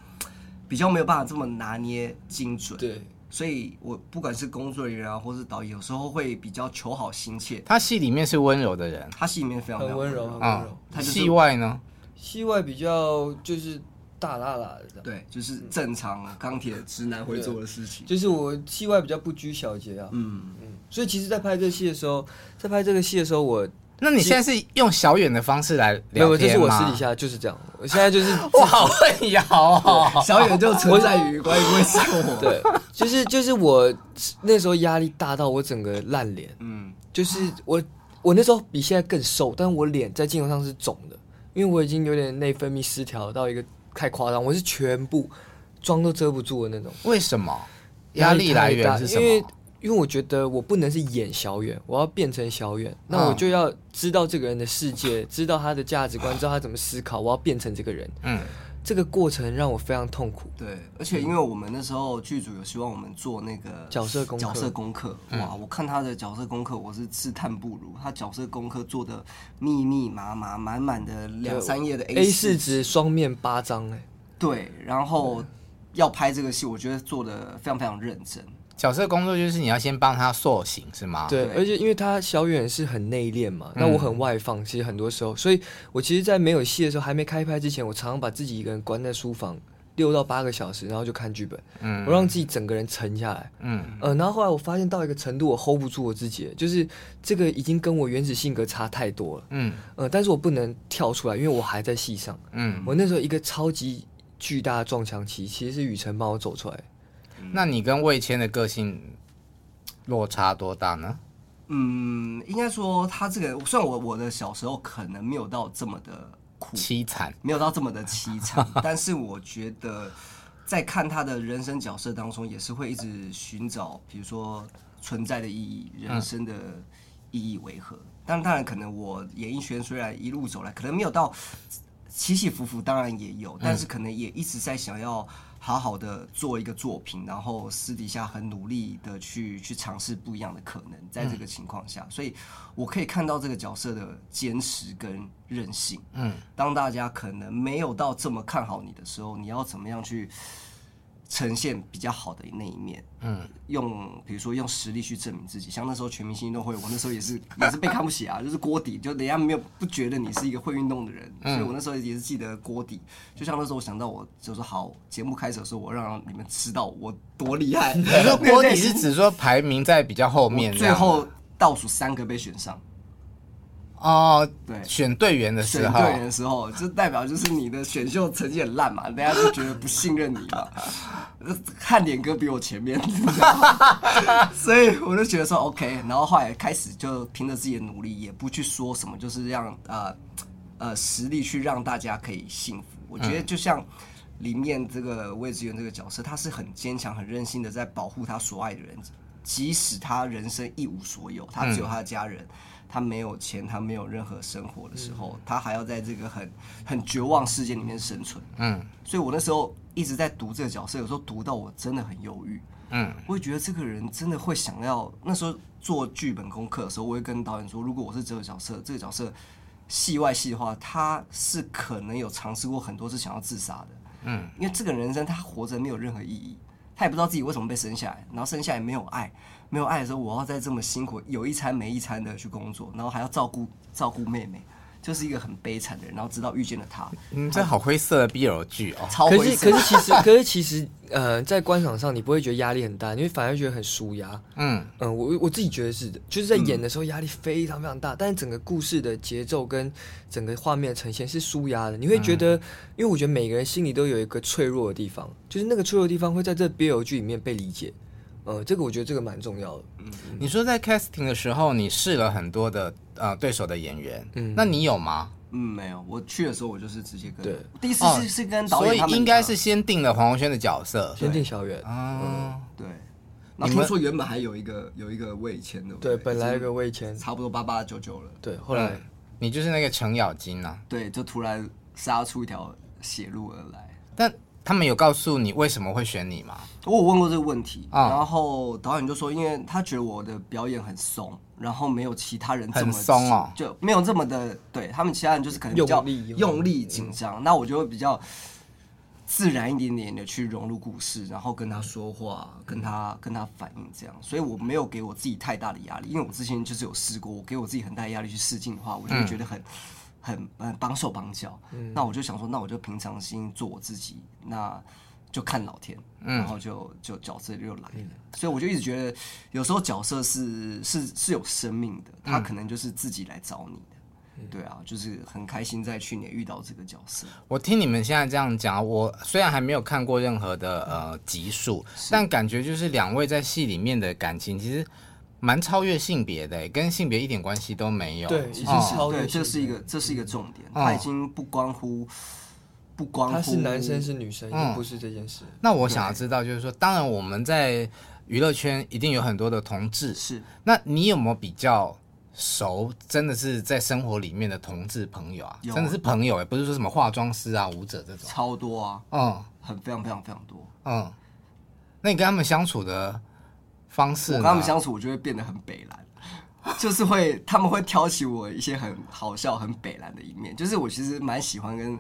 S3: 比较没有办法这么拿捏精准。
S2: 对，
S3: 所以我不管是工作人员啊，或是导演，有时候会比较求好心切。
S1: 他戏里面是温柔的人，
S3: 他戏里面非常非
S2: 很
S3: 常
S2: 温柔，很温
S1: 啊
S2: 柔。，
S3: 他就是
S1: 戏外呢？
S2: 戏外比较就是大啦啦的，
S3: 对，就是正常啊钢铁直男会做的事情。
S2: 就是我戏外比较不拘小节啊。
S3: 嗯，
S2: 所以其实，在拍这戏的时候，在拍这个戏的时候，我
S1: 那你现在是用小远的方式来
S2: 没有，
S1: 聊
S2: 就
S1: 天
S2: 是我私
S1: 吗
S2: 底下就是这样。我现在就是
S1: 哇，好会摇哦。
S3: 小远就存在于关于为什么。
S2: 对，就是就是我那时候压力大到我整个烂脸，
S3: 嗯，
S2: 就是我我那时候比现在更瘦，但我脸在镜头上是肿的，因为我已经有点内分泌失调到一个太夸张，我是全部妆都遮不住的那种。
S1: 为什么？压力来
S2: 太大
S1: 源是什
S2: 因为
S1: 么？
S2: 因为我觉得我不能是演小远，我要变成小远，那
S1: 嗯
S2: 我就要知道这个人的世界，知道他的价值观，知道他怎么思考，我要变成这个人。
S1: 嗯，
S2: 这个过程让我非常痛苦。
S3: 对，而且因为我们那时候剧组有希望我们做那个
S2: 角色功课嗯
S3: 角色功课，哇，我看他的角色功课，我是自叹不如。他角色功课做的密密麻麻，满满的两三页的
S2: A 四
S3: A4
S2: 纸双面八张、哎，
S3: 对，然后要拍这个戏，我觉得做的非常非常认真。
S1: 角色工作就是你要先帮他塑形，是吗？，
S2: 对，
S3: 啊对
S2: 而且因为他小远是很内敛嘛，
S1: 嗯
S2: 那我很外放，其实很多时候，所以我其实，在没有戏的时候，还没开拍之前，我常常把自己一个人关在书房六到八个小时，然后就看剧本，
S1: 嗯
S2: 我让自己整个人沉下来，
S1: 嗯，
S2: 呃，然后后来我发现到一个程度，我 hold 不住我自己，就是这个已经跟我原始性格差太多了，
S1: 嗯
S2: 呃，但是我不能跳出来，因为我还在戏上，
S1: 嗯。
S2: 我那时候一个超级巨大的撞墙期，其实是雨辰帮我走出来的，
S1: 那你跟魏谦的个性落差多大呢？
S3: 嗯，应该说他这个，虽然我我的小时候可能没有到这么的苦，
S1: 凄惨。
S3: 没有到这么的凄惨， 但是我觉得在看他的人生角色当中，也是会一直寻找，比如说存在的意义、人生的意义为何。但当然，可能我演艺学院虽然一路走来，可能没有到起起伏伏，当然也有，但是可能也一直在想要好好的做一个作品，然后私底下很努力的去去尝试不一样的可能，在这个情况下，所以我可以看到这个角色的坚持跟韧性。
S1: 嗯，
S3: 当大家可能没有到这么看好你的时候，你要怎么样去呈现比较好的那一面？嗯，用比如说用实力去证明自己，像那时候全明星运动会，我那时候也是也是被看不起啊， 就是锅底，就人家没有不觉得你是一个会运动的人，所以
S1: 嗯
S3: 我那时候也是记得锅底。就像那时候我想到我就说好，节目开始的时候我让你们知道我多厉害。你
S1: 你说锅底是指说排名在比较后面
S3: 我
S1: 这
S3: 最
S1: 样吗，
S3: 后倒数三个被选上，
S1: 哦，
S3: 对
S1: 选队员的时
S3: 选
S1: 候
S3: 对，人的时候，就代表就是你的选秀成绩很烂嘛，大家就觉得不信任你嘛。 汉典哥比我前面，你知道吗 所以我就觉得说 OK，然后后来开始就凭着自己的努力，也不去说什么，就是让呃呃实力去让大家可以幸福。我觉得就像里面这个魏志远这个角色，他是很坚强、很任性的，在保护他所爱的人，即使他人生一无所有，他只有他的家人。他没有钱，他没有任何生活的时候，他还要在这个很很绝望世界里面生存。
S1: 嗯
S3: 所以我那时候一直在读这个角色，有时候读到我真的很忧郁。
S1: 嗯，
S3: 我会觉得这个人真的会想要。那时候做剧本功课的时候，我会跟导演说，如果我是这个角色，这个角色戏外戏的话，他是可能有尝试过很多次想要自杀的。嗯，因为这个人生他活着没有任何意义，他也不知道自己为什么被生下来，然后生下来没有爱，没有爱的时候，我要再这么辛苦，有一餐没一餐的去工作，然后还要照顾照顾妹妹，就是一个很悲惨的人。然后直到遇见了他，
S1: 嗯，这好灰色的 BL 剧哦。
S3: 超
S2: 可
S3: 灰
S2: 是
S3: 色
S2: 可是其实可是其实呃，在观赏上你不会觉得压力很大，你会反而觉得很舒压。
S1: 嗯，
S2: 嗯，我我自己觉得是的，就是在演的时候压力非常非常大，但是整个故事的节奏跟整个画面的呈现是舒压的，你会觉得，因为我觉得每个人心里都有一个脆弱的地方，就是那个脆弱的地方会在这 BL 剧里面被理解。嗯，这个我觉得这个蛮重要的。
S1: 你说在 casting 的时候，你试了很多的呃对手的演员，嗯，那你有吗？
S3: 嗯，没有，我去的时候我就是直接跟
S2: 对
S3: 第一次
S1: 哦
S3: 是是跟导
S1: 所
S3: 演
S1: 以
S3: 他们
S1: 应该
S3: 聊
S1: 是先定了黄宏轩的角色。
S2: 先定小远，
S1: 哦，
S3: 对。然
S1: 你
S3: 后听
S1: 们
S3: 说原本还有一个有一个魏签的，
S2: 对，本来有个
S3: 魏
S2: 魏谦，
S3: 差不多八八九九了，
S2: 对，后
S1: 嗯
S2: 来、
S1: 你就是那个程咬金啊。
S3: 对，就突然杀出一条血路而来。
S1: 但他们有告诉你为什么会选你吗？
S3: 我有问过这个问题，
S1: 啊
S3: 然后导演就说，因为他觉得我的表演很松，然后没有其他人这么
S1: 很松哦
S3: 就没有这么的，对他们其他人就是可能比较
S2: 用力
S3: 用力紧张，那我就会比较自然一点点的去融入故事，然后跟他说话，跟他跟他反应这样，所以我没有给我自己太大的压力，因为我之前就是有试过，我给我自己很大的压力去试镜的话，我就会觉得很。很很绑手绑脚，
S2: 嗯
S3: 那我就想说，那我就平常心做我自己，那就看老天，
S2: 嗯
S3: 然后就就角色就来了。所以我就一直觉得，有时候角色是是是有生命的，
S2: 嗯
S3: 他可能就是自己来找你的。对啊，就是很开心在去年遇到这个角色。
S1: 我听你们现在这样讲，我虽然还没有看过任何的呃集数，但感觉就是两位在戏里面的感情其实蛮超越性别的，跟性别一点关系都没有。
S2: 对其实
S1: 哦
S2: 是超越嗯
S3: 对，
S2: 性
S3: 这是一个这是一个重点，他已经不关乎不关乎
S2: 哦他是男生是女生，
S1: 嗯
S2: 也不是这件事。
S1: 那我想要知道，就是说，当然我们在娱乐圈一定有很多的同志，
S3: 是
S1: 那你有没有比较熟，真的是在生活里面的同志朋友啊？
S3: 有
S1: 真的是朋友哎、不是说什么化妆师啊、舞者这种。
S3: 超多啊，
S1: 嗯
S3: 很非常非常非常多。
S1: 嗯，那你跟他们相处的方式
S3: 我
S1: 呢？
S3: 跟他们相处，我就会变得很北蓝，就是会他们会挑起我一些很好笑、很北蓝的一面。就是我其实蛮喜欢跟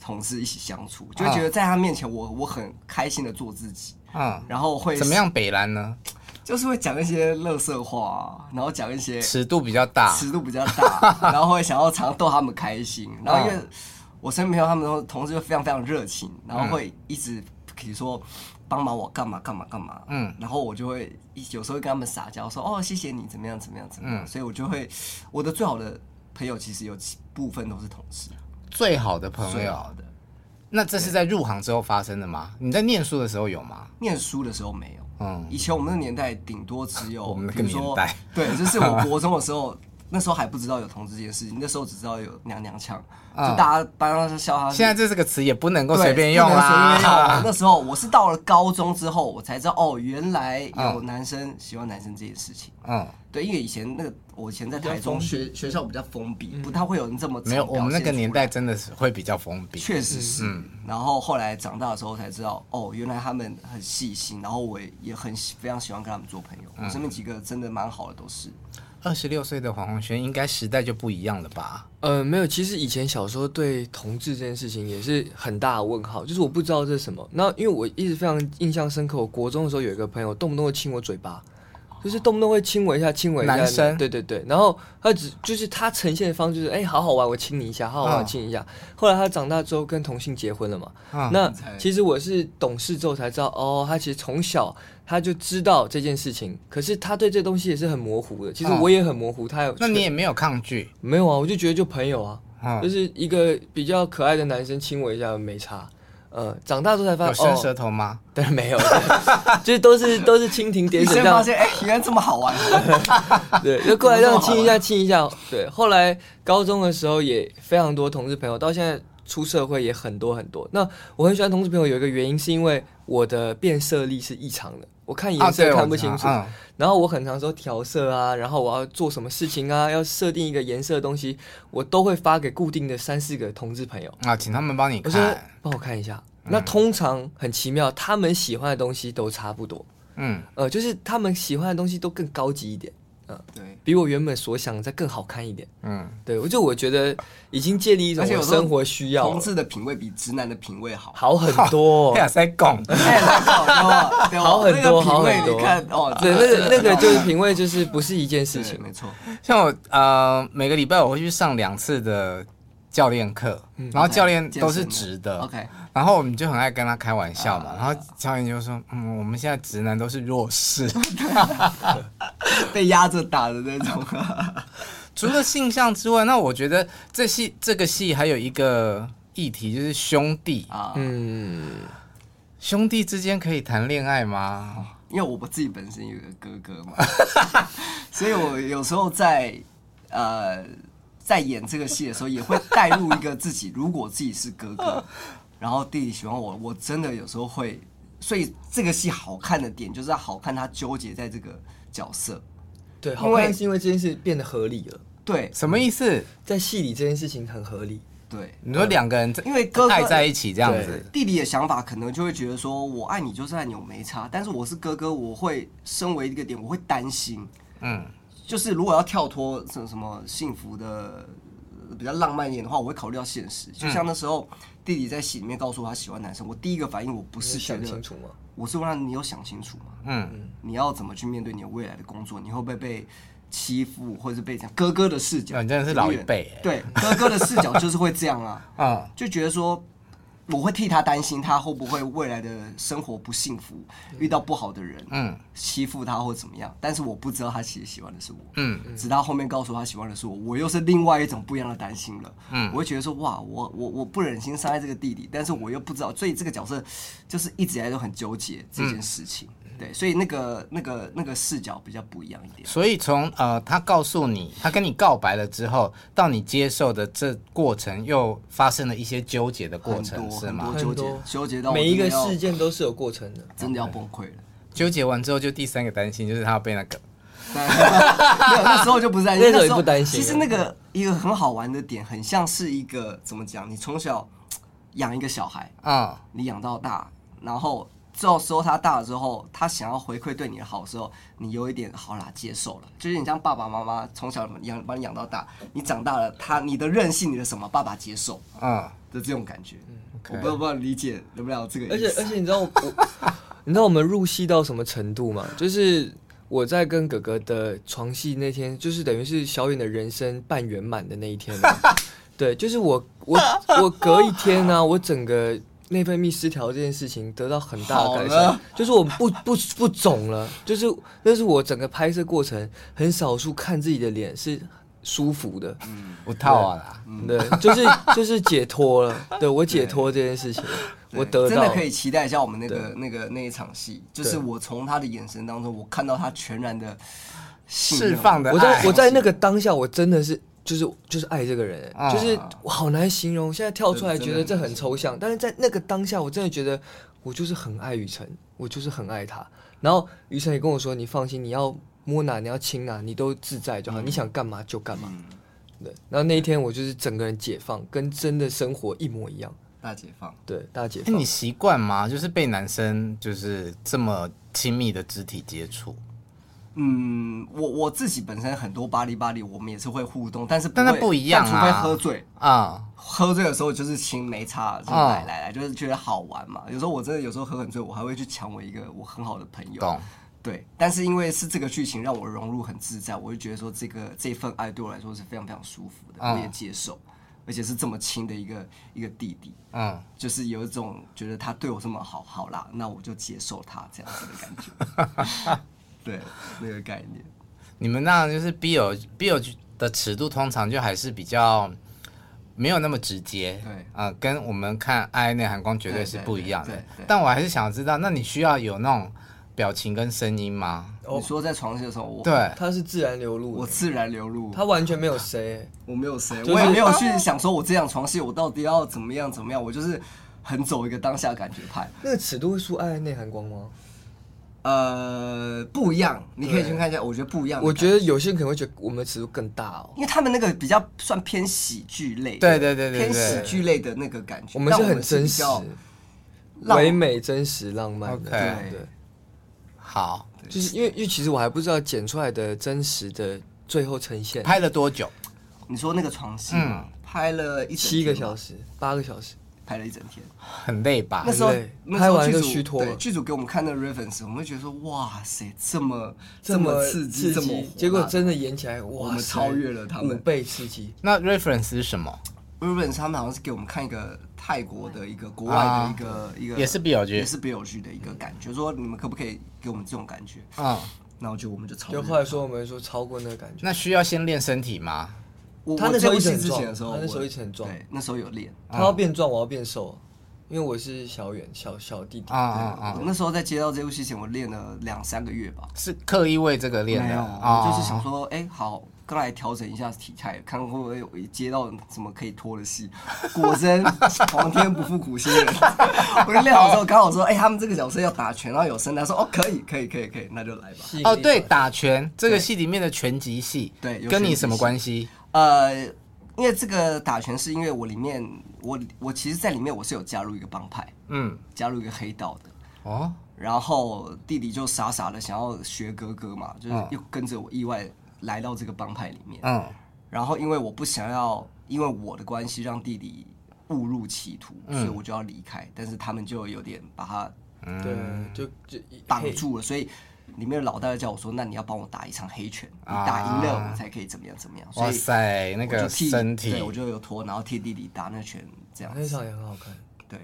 S3: 同事一起相处，就
S2: 啊
S3: 会觉得在他面前我我很开心的做自己，
S1: 嗯，
S3: 然后会
S1: 怎么？样北兰呢？
S3: 就是会讲一些乐色话、啊，然后讲一些
S1: 尺度比较
S2: 啊
S1: 大，
S3: 尺度比较大， 然后会想要常逗他们开心。然后因
S2: 啊
S3: 为我身边朋友他们都同事就非常非常热情，然
S2: 嗯
S3: 后会一直比如说帮忙我干嘛干嘛干嘛，
S1: 嗯
S3: 嗯，然后我就会一有时候会跟他们撒娇说哦谢谢你怎么样怎么样怎
S1: 嗯
S3: 么样，所以我就会我的最好的朋友其实有几部分都是同事，
S1: 最好的朋
S3: 最
S1: 友
S3: 好。的。
S1: 那这是在入行之后发生的吗？你在念书的时候有吗？
S3: 念书的时候没有，
S1: 嗯
S3: 以前我们那个年代顶多只有
S1: 我们那
S3: 比
S1: 个
S3: 如说
S1: 年代
S3: 对，就是我 国中的时候，那时候还不知道有同志这件事情，那时候只知道有娘娘腔，
S1: 啊
S3: 就大家啊班上笑他是。
S1: 现在这是个词也不能够
S3: 对
S1: 随便用
S3: 不能随便
S1: 啦
S3: 用。那啊时候我是到了高中之后，我才知道哦，原来有男生喜欢男生这件事情。
S1: 嗯，
S3: 对，因为以前那个我以前在台
S2: 比较封
S3: 中
S2: 闭
S3: 学学校比较封闭，不太会有人这么
S1: 没有，
S3: 常
S1: 我们
S3: 表
S1: 那个
S3: 现
S1: 年
S3: 出来
S1: 代真的是会比较封闭。
S3: 确实是。然后后来长大的时候才知道，哦，原来他们很细心，然后我也很喜非常喜欢跟他们做朋友。我身边几个真的蛮好的，都是。
S1: 二十六岁的黄宏轩应该时代就不一样了吧？
S2: 呃，没有，其实以前小时候对同志这件事情也是很大的问号，就是我不知道这是什么。那因为我一直非常印象深刻，我国中的时候有一个朋友动不动会亲我嘴巴，就是动不动会亲我一下，亲我一下。
S1: 男生
S2: 对对对，然后他只就是他呈现的方式就是，哎、好好玩，我亲你一下，好好
S1: 嗯
S2: 玩，我亲你一下。后来他长大之后跟同性结婚了嘛，
S1: 嗯
S2: 那其实我是懂事之后才知道，哦，他其实从小他就知道这件事情，可是他对这东西也是很模糊的。其实
S1: 嗯
S2: 我也很模糊，他有。
S1: 那你也没有抗拒，
S2: 没有啊，我就觉得就朋友啊，
S1: 嗯
S2: 就是一个比较可爱的男生亲我一下没差。呃，长大之后才发
S1: 有
S2: 现
S1: 伸舌
S2: 哦，
S1: 头吗？
S2: 当然没有， 就是都是都是蜻蜓点
S3: 医
S2: 水
S3: 生
S2: 这
S3: 发
S2: 样，
S3: 现，哎、原来这么好 玩。
S2: 对，就过来这样亲一下亲一
S1: 啊
S2: 下。对，后来高中的时候也非常多同志朋友，到现在出社会也很多很多。那我很喜欢同志朋友，有一个原因是因为我的变色力是异常的，我看颜色
S1: 啊对，
S2: 看
S1: 我
S2: 不
S1: 知
S2: 清
S1: 道
S2: 楚，
S1: 嗯
S2: 然后我很常说调色啊，然后我要做什么事情啊，要设定一个颜色的东西，我都会发给固定的三四个同志朋友，
S1: 啊，请他们帮你
S2: 我说
S1: 看。
S2: 帮我看一下。
S1: 嗯
S2: 那通常很奇妙，他们喜欢的东西都差不多，
S1: 嗯，
S2: 呃，就是他们喜欢的东西都更高级一点。嗯，
S3: 对，
S2: 比我原本所想的再更好看一点。
S1: 嗯，
S2: 对，我就我觉得已经建立一种
S3: 而且有
S2: 我
S3: 时候
S2: 生活需要了
S3: 同志的品味比直男的品味好。
S2: 好很
S3: 哦
S2: 多、
S1: 还在讲，
S3: 哎，来搞对吧对 吧
S2: 好很多，
S3: 那个
S2: 好
S3: 品味
S2: 很多。
S3: 你看哦，
S2: 对，
S3: 这
S2: 那
S3: 这
S2: 个那个
S3: 很
S2: 就是
S3: 好
S2: 品味，就是不是一件事
S3: 对
S2: 情。
S3: 没错。
S1: 像我呃，每个礼拜我会去上两次的教练课，
S3: 嗯
S1: 然后教练都是直的。
S3: OK，啊
S1: 然后我们就很爱跟他开玩笑嘛，然后教练就说：“嗯，我们现在直男都是弱势，
S3: 被压着打的那种。
S1: 除了性向之外，那我觉得这戏这个戏还有一个议题就是兄弟，
S3: 啊，
S2: 嗯，
S1: 兄弟之间可以谈恋爱吗？
S3: 因为我自己本身有个哥哥嘛， 所以我有时候在呃在演这个戏的时候，也会带入一个自己，如果自己是 哥哥，然后弟弟喜欢我，我真的有时候会，所以这个戏好看的点就是好看他纠结在这个角色，
S2: 对，
S3: 因
S2: 好
S3: 为
S2: 看是因为这件事变得合理了，
S3: 对
S1: 什么意思？
S2: 在戏里这件事情很合理。
S3: 对，
S1: 你说两个人在
S3: 嗯因为哥哥
S1: 爱在一起这样子，
S3: 弟弟的想法可能就会觉得说，我爱你就是爱你，我没差。但是我是哥哥，我会身为一个点，我会担心。
S1: 嗯，
S3: 就是如果要跳脱什什么幸福的、呃比较浪漫一点的话，我会考虑到现
S1: 嗯
S3: 实。就像那时候弟弟在戏里面告诉我他喜欢男生，我第一个反应我不
S2: 你
S3: 是
S2: 有
S3: 觉
S2: 想
S3: 得
S2: 清，楚吗？
S3: 我是问他你有想清楚吗？
S1: 嗯，
S3: 你要怎么去面对你未来的工作？你会不会被欺负，或者是被这样？哥哥的视
S1: 啊
S3: 角，
S1: 那你真的是老一辈欸
S3: 对，哥哥的视角就是会这 样啊。
S1: 嗯，
S3: 就觉得说，我会替他担心，他会不会未来的生活不幸福，遇到不好的人，
S1: 嗯，
S3: 欺负他或怎么样。但是我不知道他其实喜欢的是我，
S1: 嗯，
S3: 直到后面告诉我他喜欢的是我，我又是另外一种不一样的担心了，嗯，我会觉得说，哇，我我我不忍心伤害这个弟弟，但是我又不知道，所以这个角色就是一直以来都很纠结这件事情，
S1: 嗯
S3: 对，所以那个那个那个视角比较不一样一点。
S1: 所以从呃他告诉你，他跟你告白了之后，到你接受的这过程，又发生了一些纠结的过
S3: 很
S1: 程，
S3: 多
S1: 是
S3: 很
S1: 吗
S3: 多？
S2: 很
S3: 纠结
S2: 多，
S3: 纠结到我
S2: 每一
S3: 真
S2: 个
S3: 的要
S2: 事件都是有过程的。
S3: 真的要崩溃了。
S1: 纠结完之后，就第三个担心就是他要被那个，
S3: 对 没有，那时候就不担心，
S2: 那时候也不担心啊
S3: 其实那个一个很好玩的点，很像是一个怎么讲？你从小养一个小孩，
S1: 嗯，
S3: 你养到大，然后到时候他大了之后，他想要回馈对你的好的时候，你有一点好啦，接受了，就是你像爸爸妈妈从小养把你养到大，你长大了，他你的任性，你的什么，爸爸接受
S1: 嗯，
S3: 的这种感觉。
S1: OK
S3: 我不知道不知道理解能不能有这个
S2: 而
S3: 意
S2: 且而
S3: 思。
S2: 且你知道 我，我你知道我们入戏到什么程度吗？就是我在跟哥哥的床戏那天，就是等于是小远的人生半圆满的那一天了。对，就是我我我隔一天呢、我整个内分泌失调这件事情得到很大的改
S3: 好
S2: 善
S3: 了，
S2: 就是我不不不肿了，就是那是我整个拍摄过程很少数看自己的脸是舒服的，
S3: 嗯
S1: 不套啊啦，
S2: 对，就是就是解脱了，对我解脱这件事情，我得
S3: 真
S2: 到
S3: 的
S2: 了
S3: 可以期待一下我们那个那个那一场戏，就是我从他的眼神当中，我看到他全然的信任
S1: 释放的
S2: 我在
S1: 爱
S2: 我在那个当下，我真的是就是就是爱这个人、
S1: 啊
S2: 就是我好难形容。现在跳出来
S3: 对
S2: 觉得
S3: 真的
S2: 这
S3: 很
S2: 很抽象，但是在那个当下，我真的觉得我就是很爱雨辰，我就是很爱他。然后雨辰也跟我说：“你放心，你要摸哪，你要亲哪，你都自在
S1: 嗯
S2: 就好，你想干嘛就干嘛。对，然后那一天我就是整个人解放，跟真的生活一模一样。
S3: 大解放。
S2: 对，大解
S1: 哎，
S2: 放。
S1: 你习惯吗？就是被男生就是这么亲密的肢体接触，
S3: 嗯，我我自己本身很多巴黎巴黎，我们也是会互动，但是
S1: 但那
S3: 会
S1: 不一样啊
S3: 但除非喝醉，
S1: 啊、
S3: 喝醉的时候就是亲没差，就是来来来，就是觉得好玩嘛。有时候我真的有时候喝很醉，我还会去抢我一个我很好的朋友。
S1: 懂？
S3: 对，但是因为是这个剧情让我融入很自在，我就觉得说这个这份爱对我来说是非常非常舒服的，
S1: 嗯
S3: 我也接受，而且是这么亲的一个一个弟弟。
S1: 嗯，
S3: 就是有一种觉得他对我这么好，好啦，那我就接受他这样子的感觉， 对，那个概念。
S1: 你们那样就是 BL BL 的尺度通常就还是比较没有那么直接，
S3: 对
S1: 啊、跟我们看《爱内含光》绝对是不一样
S3: 对
S1: 的
S3: 对对对。
S1: 但我还是想知道，那你需要有那种表情跟声音吗？
S2: 哦
S3: 你说在床戏的时候，我
S1: 对，
S2: 他是自然流露
S3: 我
S2: 的，
S3: 自然流露，
S2: 他完全没有谁、
S3: 我没有谁，
S2: 就是
S3: 我也没有去想说我这场床戏我到底要怎么样怎么样，我就是很走一个当下感觉派。
S2: 那个尺度会输《爱内涵光》吗？
S3: 呃，不一样，你可以去看一下，我觉得不一样的感。
S2: 我觉得有些人可能会觉得我们的尺度更大哦。
S3: 因为他们那个比较算偏喜剧类的，
S1: 对对对对对
S3: 偏喜剧类的那个感觉。
S2: 我们是
S3: 但
S2: 很真实
S3: 比较、浪漫
S2: 唯美、真实、浪漫的。
S1: OK
S2: 对，
S1: 好，
S2: 就是因为因为其实我还不知道剪出来的真实的最后呈现，
S1: 拍了多久？
S3: 你说那个床戏嘛，拍了一
S2: 嗯
S3: 整
S2: 七个
S3: 天吧
S2: 小，时、八个小时，
S3: 拍了一整天。
S1: 很累吧
S3: 那？时候
S2: 很累
S3: 那时
S2: 啊拍
S3: 候
S2: 完
S3: 剧
S2: 就
S3: 组
S2: 虚脱
S3: 对
S2: 了
S3: 剧组给我们看那个 reference，我们会觉得说哇塞，这么这么刺激，这么火辣
S2: 结果真的演起来，哇塞，
S3: 我们超越了他们
S2: 五倍刺激。
S1: 那 reference 是什么？
S3: reference 他们好像是给我们看一个泰国的一个国外的一个、
S2: 啊
S3: 一个
S1: 也是 BL 剧
S3: 也是 BL 剧的一个感觉，说你们可不可以给我们这种感觉？
S1: 嗯，
S3: 然后就我们就超越
S2: 就
S3: 了。
S2: 后来说我们说超过那个感觉，
S1: 那需要先练身体吗？
S3: 我
S2: 他那时候
S3: 我
S2: 一直
S3: 这部
S2: 很
S3: 戏之前的
S2: 壮
S3: 时候，
S2: 他那时候
S3: 我
S2: 一直很壮
S3: 对，那时候有练。
S2: 他要变壮，我要变瘦，因为我是小远小小弟弟
S1: 啊，啊啊
S3: 我！那时候在接到这部戏前，我练了两三个月吧。
S1: 是刻意为这个练
S3: 没
S1: 的
S3: 有，
S1: 啊？
S3: 我就是想说，哎、好，刚来调整一下体态，看会不会有接到什么可以拖的戏。果真，皇天不负苦心人。 我就练好之后，刚好说，哎、他们这个角色要打拳，然后有声，他说，哦，可以，可以，可以，可以，那就来吧。
S2: 吸引力
S1: 哦，对，
S2: 法则
S1: 打拳这个戏里面的拳击戏，
S3: 对有
S1: 跟
S3: 拳
S1: 你
S3: 击
S1: 什么
S3: 戏
S1: 关系？
S3: 呃，因为这个打拳是因为我里面，我我其实在里面我是有加入一个帮派，
S1: 嗯，
S3: 加入一个黑道的。
S1: 哦，
S3: 然后弟弟就傻傻的想要学哥哥嘛，就是
S1: 嗯
S3: 又跟着我意外来到这个帮派里面。
S1: 嗯，
S3: 然后因为我不想要因为我的关系让弟弟误入歧途，
S1: 嗯
S3: 所以我就要离开。但是他们就有点把他
S2: 对，就就一
S3: 绑，嗯住了，所以里面的老大就叫我说：“那你要帮我打一场黑拳，你打赢了我才可以怎么样怎么样。”所
S1: 啊哇
S3: 以
S1: 塞，那
S3: 我就
S1: 个
S3: 替
S1: 身体哎
S3: 对，我就有拖，然后替弟弟打那拳，这样
S2: 那
S3: 子。
S2: 场也很好看。
S3: 对，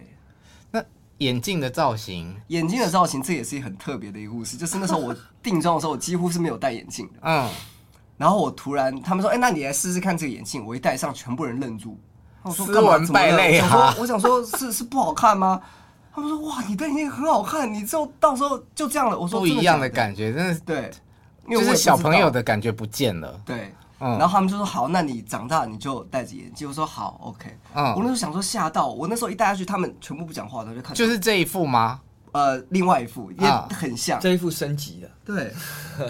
S1: 那眼镜的造型，
S3: 眼镜的造型这也是很特别的一个故事，就是那时候我 定妆的时候，我几乎是没有戴眼镜的。
S1: 嗯，
S3: 然后我突然，他们说：“哎、那你来试试看这个眼镜。”我一戴上，全部人愣住。我说：“
S1: 斯
S3: 干嘛？
S1: 文
S3: 怎么
S1: 败
S3: 了
S1: 类
S3: 我想
S1: 啊
S3: 说，我想说是是不好看吗？他们说：“哇，你戴眼镜很好看，你之后到时候就这样了。”我说：“
S1: 不一样
S3: 的
S1: 的感觉，真的是
S3: 觉。”对，因为
S1: 就
S3: 我也不
S1: 是
S3: 知
S1: 小朋友
S3: 道
S1: 的感觉不见了。
S3: 对，
S1: 嗯
S3: 然后他们就说好，那你长大你就戴着眼镜。我说好，OK。
S1: 嗯
S3: 我那时候想说吓到，我那时候一戴下去，他们全部不讲话，他就看
S1: 就是这一副吗？
S3: 呃另外一副也
S1: 啊
S3: 很像，
S2: 这一副升级了，
S3: 对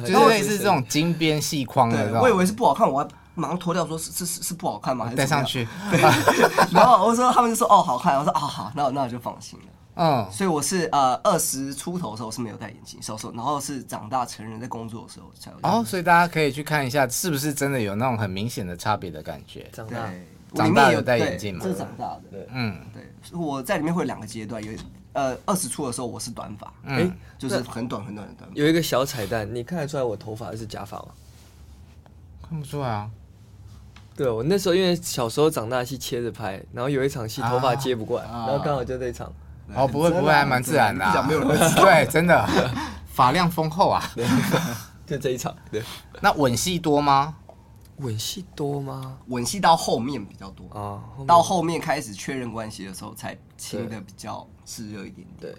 S1: 就是类似这种金边细框的
S3: 对，
S1: 这
S3: 我以为
S1: 种，
S3: 是不好看，我还马上脱掉说是是是是不好看吗？还是
S1: 戴
S3: 怎么
S1: 上
S3: 样？
S1: 去，
S3: 然后我说他们就说哦好看，我说啊好，那那我就放心了。
S1: 嗯，
S3: 所以我是呃二十出头的时候是没有戴眼镜，小时候，然后是长大成人在工作的时候才有。
S1: 哦，，所以大家可以去看一下，是不是真的有那种很明显的差别的感觉？
S2: 长
S3: 对
S2: 大。，
S3: 我里
S1: 长大
S3: 面
S1: 有戴眼镜
S3: 对
S1: 嘛
S3: 这是长大的，对。
S1: 嗯，
S3: 对，我在里面会有两个阶段，有呃二十出的时候我是短发，
S1: 嗯
S2: 哎，
S3: 就是很短很短的短发。
S2: 有一个小彩蛋，你看得出来我头发是假发吗？
S1: 看不出来啊，
S2: 对，我那时候因为小时候长大戏切着拍，然后有一场戏头发接不过来，
S3: 啊
S2: 然后刚好就这一场。
S1: 哦，不会不会，还蛮自然的啊，
S3: 你讲没有人会知道
S1: 对，真的， 发量丰厚啊。
S2: 就这一场。对，
S1: 那吻戏多吗？
S2: 吻戏多吗？
S3: 吻戏到后面比较
S1: 哦
S3: 多，
S2: 啊，后面
S3: 到后面开始确认关系的时候才亲的比较炙热一点点。
S2: 对，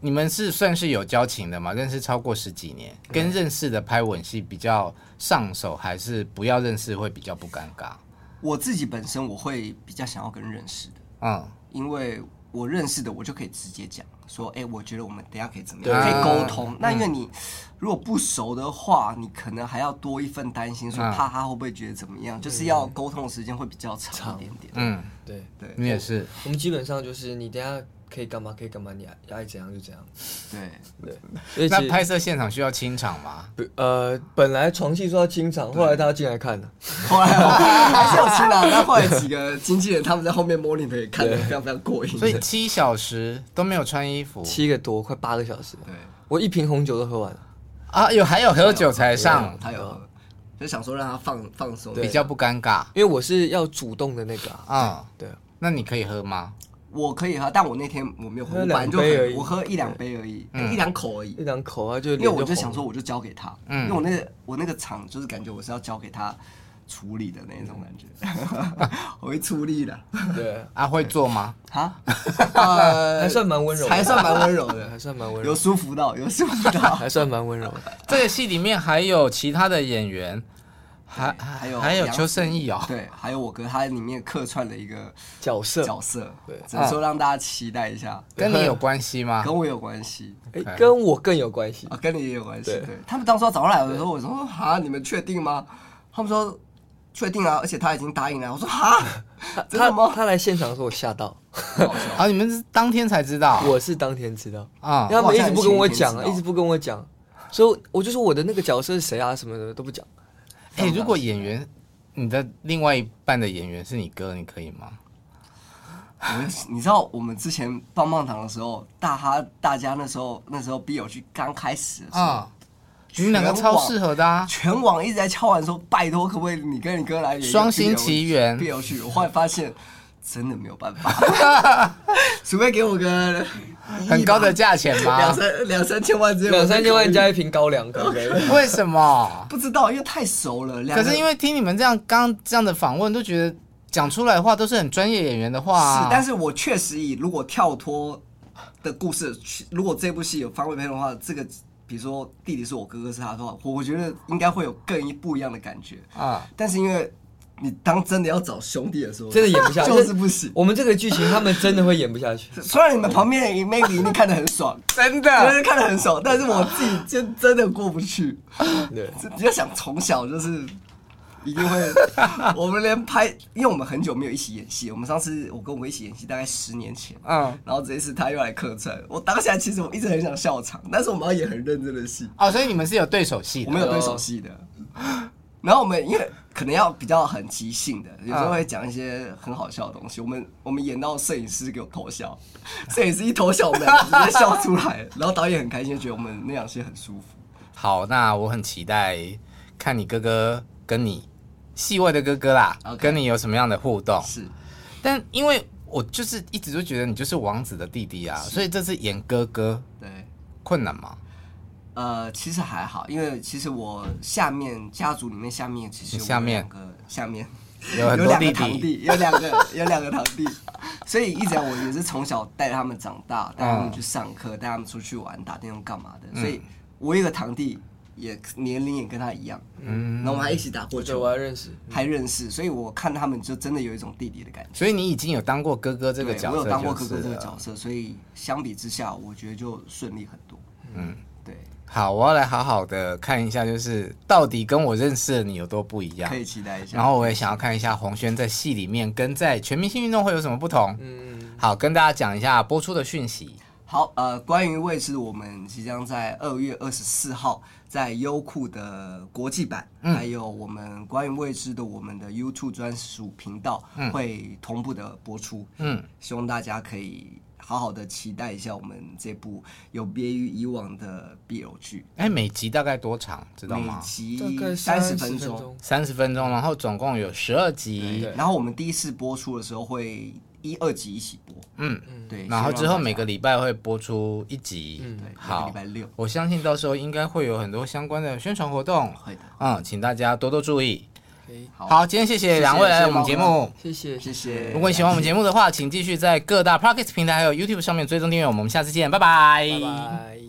S1: 你们是算是有交情的嘛？认识超过十几年，跟认识的拍吻戏比较上手，还是不要认识会比较不尴尬？
S3: 我自己本身我会比较想要跟认识的，
S1: 嗯，
S3: 因为我认识的我就可以直接讲说，哎、我觉得我们等一下可以怎么
S1: 对嗯
S3: 样，可以沟通。那因为你如果不熟的话，你可能还要多一份担心，说
S1: 嗯
S3: 怕他会不会觉得怎么样，就是要沟通的时间会比较长一点点。
S1: 嗯，
S2: 对，
S3: 对
S1: 你也是，
S2: 我们基本上就是你等一下可以干嘛可以干嘛，你爱爱怎样就怎样。
S3: 对。
S2: 对，而
S1: 那
S2: 且
S1: 拍摄现场需要清场吗？
S2: 不呃，本来床戏说要清场，后来大家进来看了，
S3: 后来我还是有亲啦，但后来几个经纪人他们在后面 monitor 也看得
S2: 对
S3: 非常非常过瘾。
S1: 所以七小时都没有穿衣服
S2: 七个多快八个小时，
S3: 对，
S2: 我一瓶红酒都喝完了。
S1: 啊？有还有喝酒才上，
S3: 他有就想说让他放放松。
S1: 比较不尴尬
S2: 因为我是要主动的那个啊，
S1: 啊、嗯。
S2: 对，
S1: 那你可以喝吗？
S3: 我可以喝，但我那天我没有喝，
S2: 喝
S3: 我本
S2: 两
S3: 来就
S2: 杯而
S3: 很
S2: 已
S3: 我喝一两杯而已，
S1: 嗯
S3: 哎一两口而已
S2: 一。两口啊就
S3: 因为
S2: 脸
S3: 我就
S2: 红
S3: 想说，
S2: 了，嗯
S3: 我就交给他，因为我那个我那个场就是感觉我是要交给他处理的那种感觉， 我会出力的。
S2: 对，
S1: 啊，会做吗？
S3: 啊，呃
S2: 还算蛮温柔的，
S3: 还算蛮温柔
S2: 对，
S3: 的，
S2: 还算蛮温柔
S3: 有
S2: 的，
S3: 舒服到，有舒 服到。
S2: 还算蛮温柔的。
S1: 这个戏里面还有其他的演员，还
S2: 哎
S3: 对还有
S1: 还有
S3: 梁
S1: 邱胜义哦，
S3: 对，还有我哥，他在里面客串了一个
S2: 角色
S3: 角色，
S2: 对啊
S3: 只能说让大家期待一下，
S1: 跟你有关系吗？
S3: 跟我有关系
S2: 哎、跟我更有关系
S3: 啊，。跟你也有关系。
S2: 对
S3: 对，他们当初要找我来的时候，我说啊，你们确定吗？他们说确定啊，而且他已经答应了。”我 说：“哈，真
S2: 他
S3: 的吗
S2: 他来现场的时候我吓到，
S1: 啊，你们是当天才知道
S2: 我是当天知道，
S1: 啊
S2: 因为？他
S3: 啊哇
S2: 们一
S3: 那
S2: 直
S3: 你
S2: 不跟我讲
S3: 前一天知
S2: 啊，
S3: 道
S2: 一直不跟我讲，所以我就说我的那个角色是谁啊什么的都不讲。
S1: 哎、如果演员，你的另外一半的演员是你哥，你可以吗？
S3: 我就你知道我们之前棒棒糖的时候，大哈大家那时候那时候 B 友去刚开始的时候，
S1: 啊，你们两个超适合的啊！
S3: 全网一直在敲碗说：“拜托，可不可以你跟你哥来演一个
S1: 双星
S3: BL
S1: 奇缘
S3: ？”BL 剧，我后来发现真的没有办法， 除非给我个
S1: 很高的价钱
S3: 两
S1: 吗？
S3: 三两三千万之类，
S2: 两三千万加
S3: 我
S2: 一瓶高粱，可不 可以？
S1: 为什么？
S3: 不知道，因为太熟了。两
S1: 可
S3: 个
S1: 是因为听你们这样刚刚这样的访问，都觉得讲出来的话都是很专业演员的话、啊。
S3: 是，但是我确实以如果跳脱的故事，去如果这部戏有方位片的话，这个比如说弟弟是我哥哥是他的话，我我觉得应该会有更一不一样的感觉。
S1: 啊，
S3: 但是因为你当真的要找兄弟的时候，
S2: 真的演不下去，
S3: 就是不行。
S2: 我们这个剧情他们真的会演不下去。
S3: 虽然你们旁边的 maybe 一定看得很 爽，
S1: 真
S3: 真
S1: 的
S3: 的看得很爽，但是我自己真真的过不去。
S2: 对，
S3: 这比较想从小就是一定会，我们连拍，因为我们很久没有一起演戏，我们上次我跟我一起演戏大概十年前，
S1: 嗯，
S3: 然后这一次他又来客串，我当下其实我一直很想笑场，但是我们要演很认真的戏，
S1: 哦，所以你们是有对手戏
S3: 我
S1: 的
S3: 们有对手戏的。然后我们因为可能要比较很即兴的，有时候会讲一些很好笑的东西。我们我们演到摄影师给我偷笑，摄影师一偷笑，我们两个直接笑出来，然后导演很开心，觉得我们那场戏很舒服。
S1: 好，那我很期待看你哥哥跟你戏外的哥哥啦
S3: OK
S1: 跟你有什么样的互动。
S3: 是，
S1: 但因为我就是一直都觉得你就是王子的弟弟啊，所以这次演哥哥
S3: 对。
S1: 困难吗？
S3: 呃，其实还好，因为其实我下面家族里面下面其实
S1: 你下
S3: 我有
S1: 面
S3: 两个下面
S1: 有很多
S3: 两
S1: 弟弟
S3: 个堂弟，有两个有两个堂弟，所以一直以来我也是从小带着他们长大，
S1: 嗯
S3: 带他们去上课，带他们出去玩、打电动干嘛的，所以我有一个堂弟也年龄也跟他一样，嗯，然后我们还一起打过
S2: 我觉得
S3: 球
S2: 我，还认识。
S3: 还认识，所以我看他们就真的有一种弟弟的感觉。
S1: 所以你已经有当过哥哥这个
S3: 对，
S1: 角
S3: 我有
S1: 色，
S3: 当过
S1: 就
S3: 哥
S1: 是
S3: 哥这个
S1: 了
S3: 角色，所以相比之下，我觉得就顺利很多。嗯，对，
S1: 好，我要来好好的看一下，就是到底跟我认识的你有多不一样
S3: 可。以期待一下。
S1: 然后我也想要看一下红轩在戏里面跟在全明星运动会有什么不同。
S2: 嗯，
S1: 好，跟大家讲一下播出的讯息。
S3: 好，呃，关于未知，我们即将在二月二十四号在优酷的国际版，
S1: 嗯
S3: 还有我们关于未知的我们的 YouTube 专属频道、会同步的播出。
S1: 嗯，
S3: 希望大家可以好好的期待一下我们这部有别于以往的 BL 剧，
S1: 哎，每集大概多长，知道
S3: 每
S1: 吗？
S3: 集
S2: 大概
S3: 三
S2: 十
S3: 分钟。
S2: 钟。
S1: 三十分钟，然后总共有十二集
S2: 对。
S3: 然后我们第一次播出的时候会一二集一起播，
S1: 嗯，
S3: 对。
S1: 然后
S3: 希望
S1: 之后
S3: 大家嗯
S1: 每个礼拜会播出一集。
S3: 对每个
S1: 好
S3: 礼拜六
S1: 我相信到时候应该会有很多相关的宣传活动。
S3: 会的，
S1: 嗯，请大家多多注意。
S2: OK，
S3: 好
S1: 好，今天谢谢
S3: 谢
S1: 两位来
S3: 谢谢
S1: 我们
S3: 猫
S1: 节
S3: 哥
S1: 目。
S2: 谢谢
S3: 谢谢
S1: 如果你喜欢我们节目的话，请继续在各大 p o c k e t 平台还有 YouTube 上面追踪订阅我们。我们下次见，拜拜
S2: 拜拜。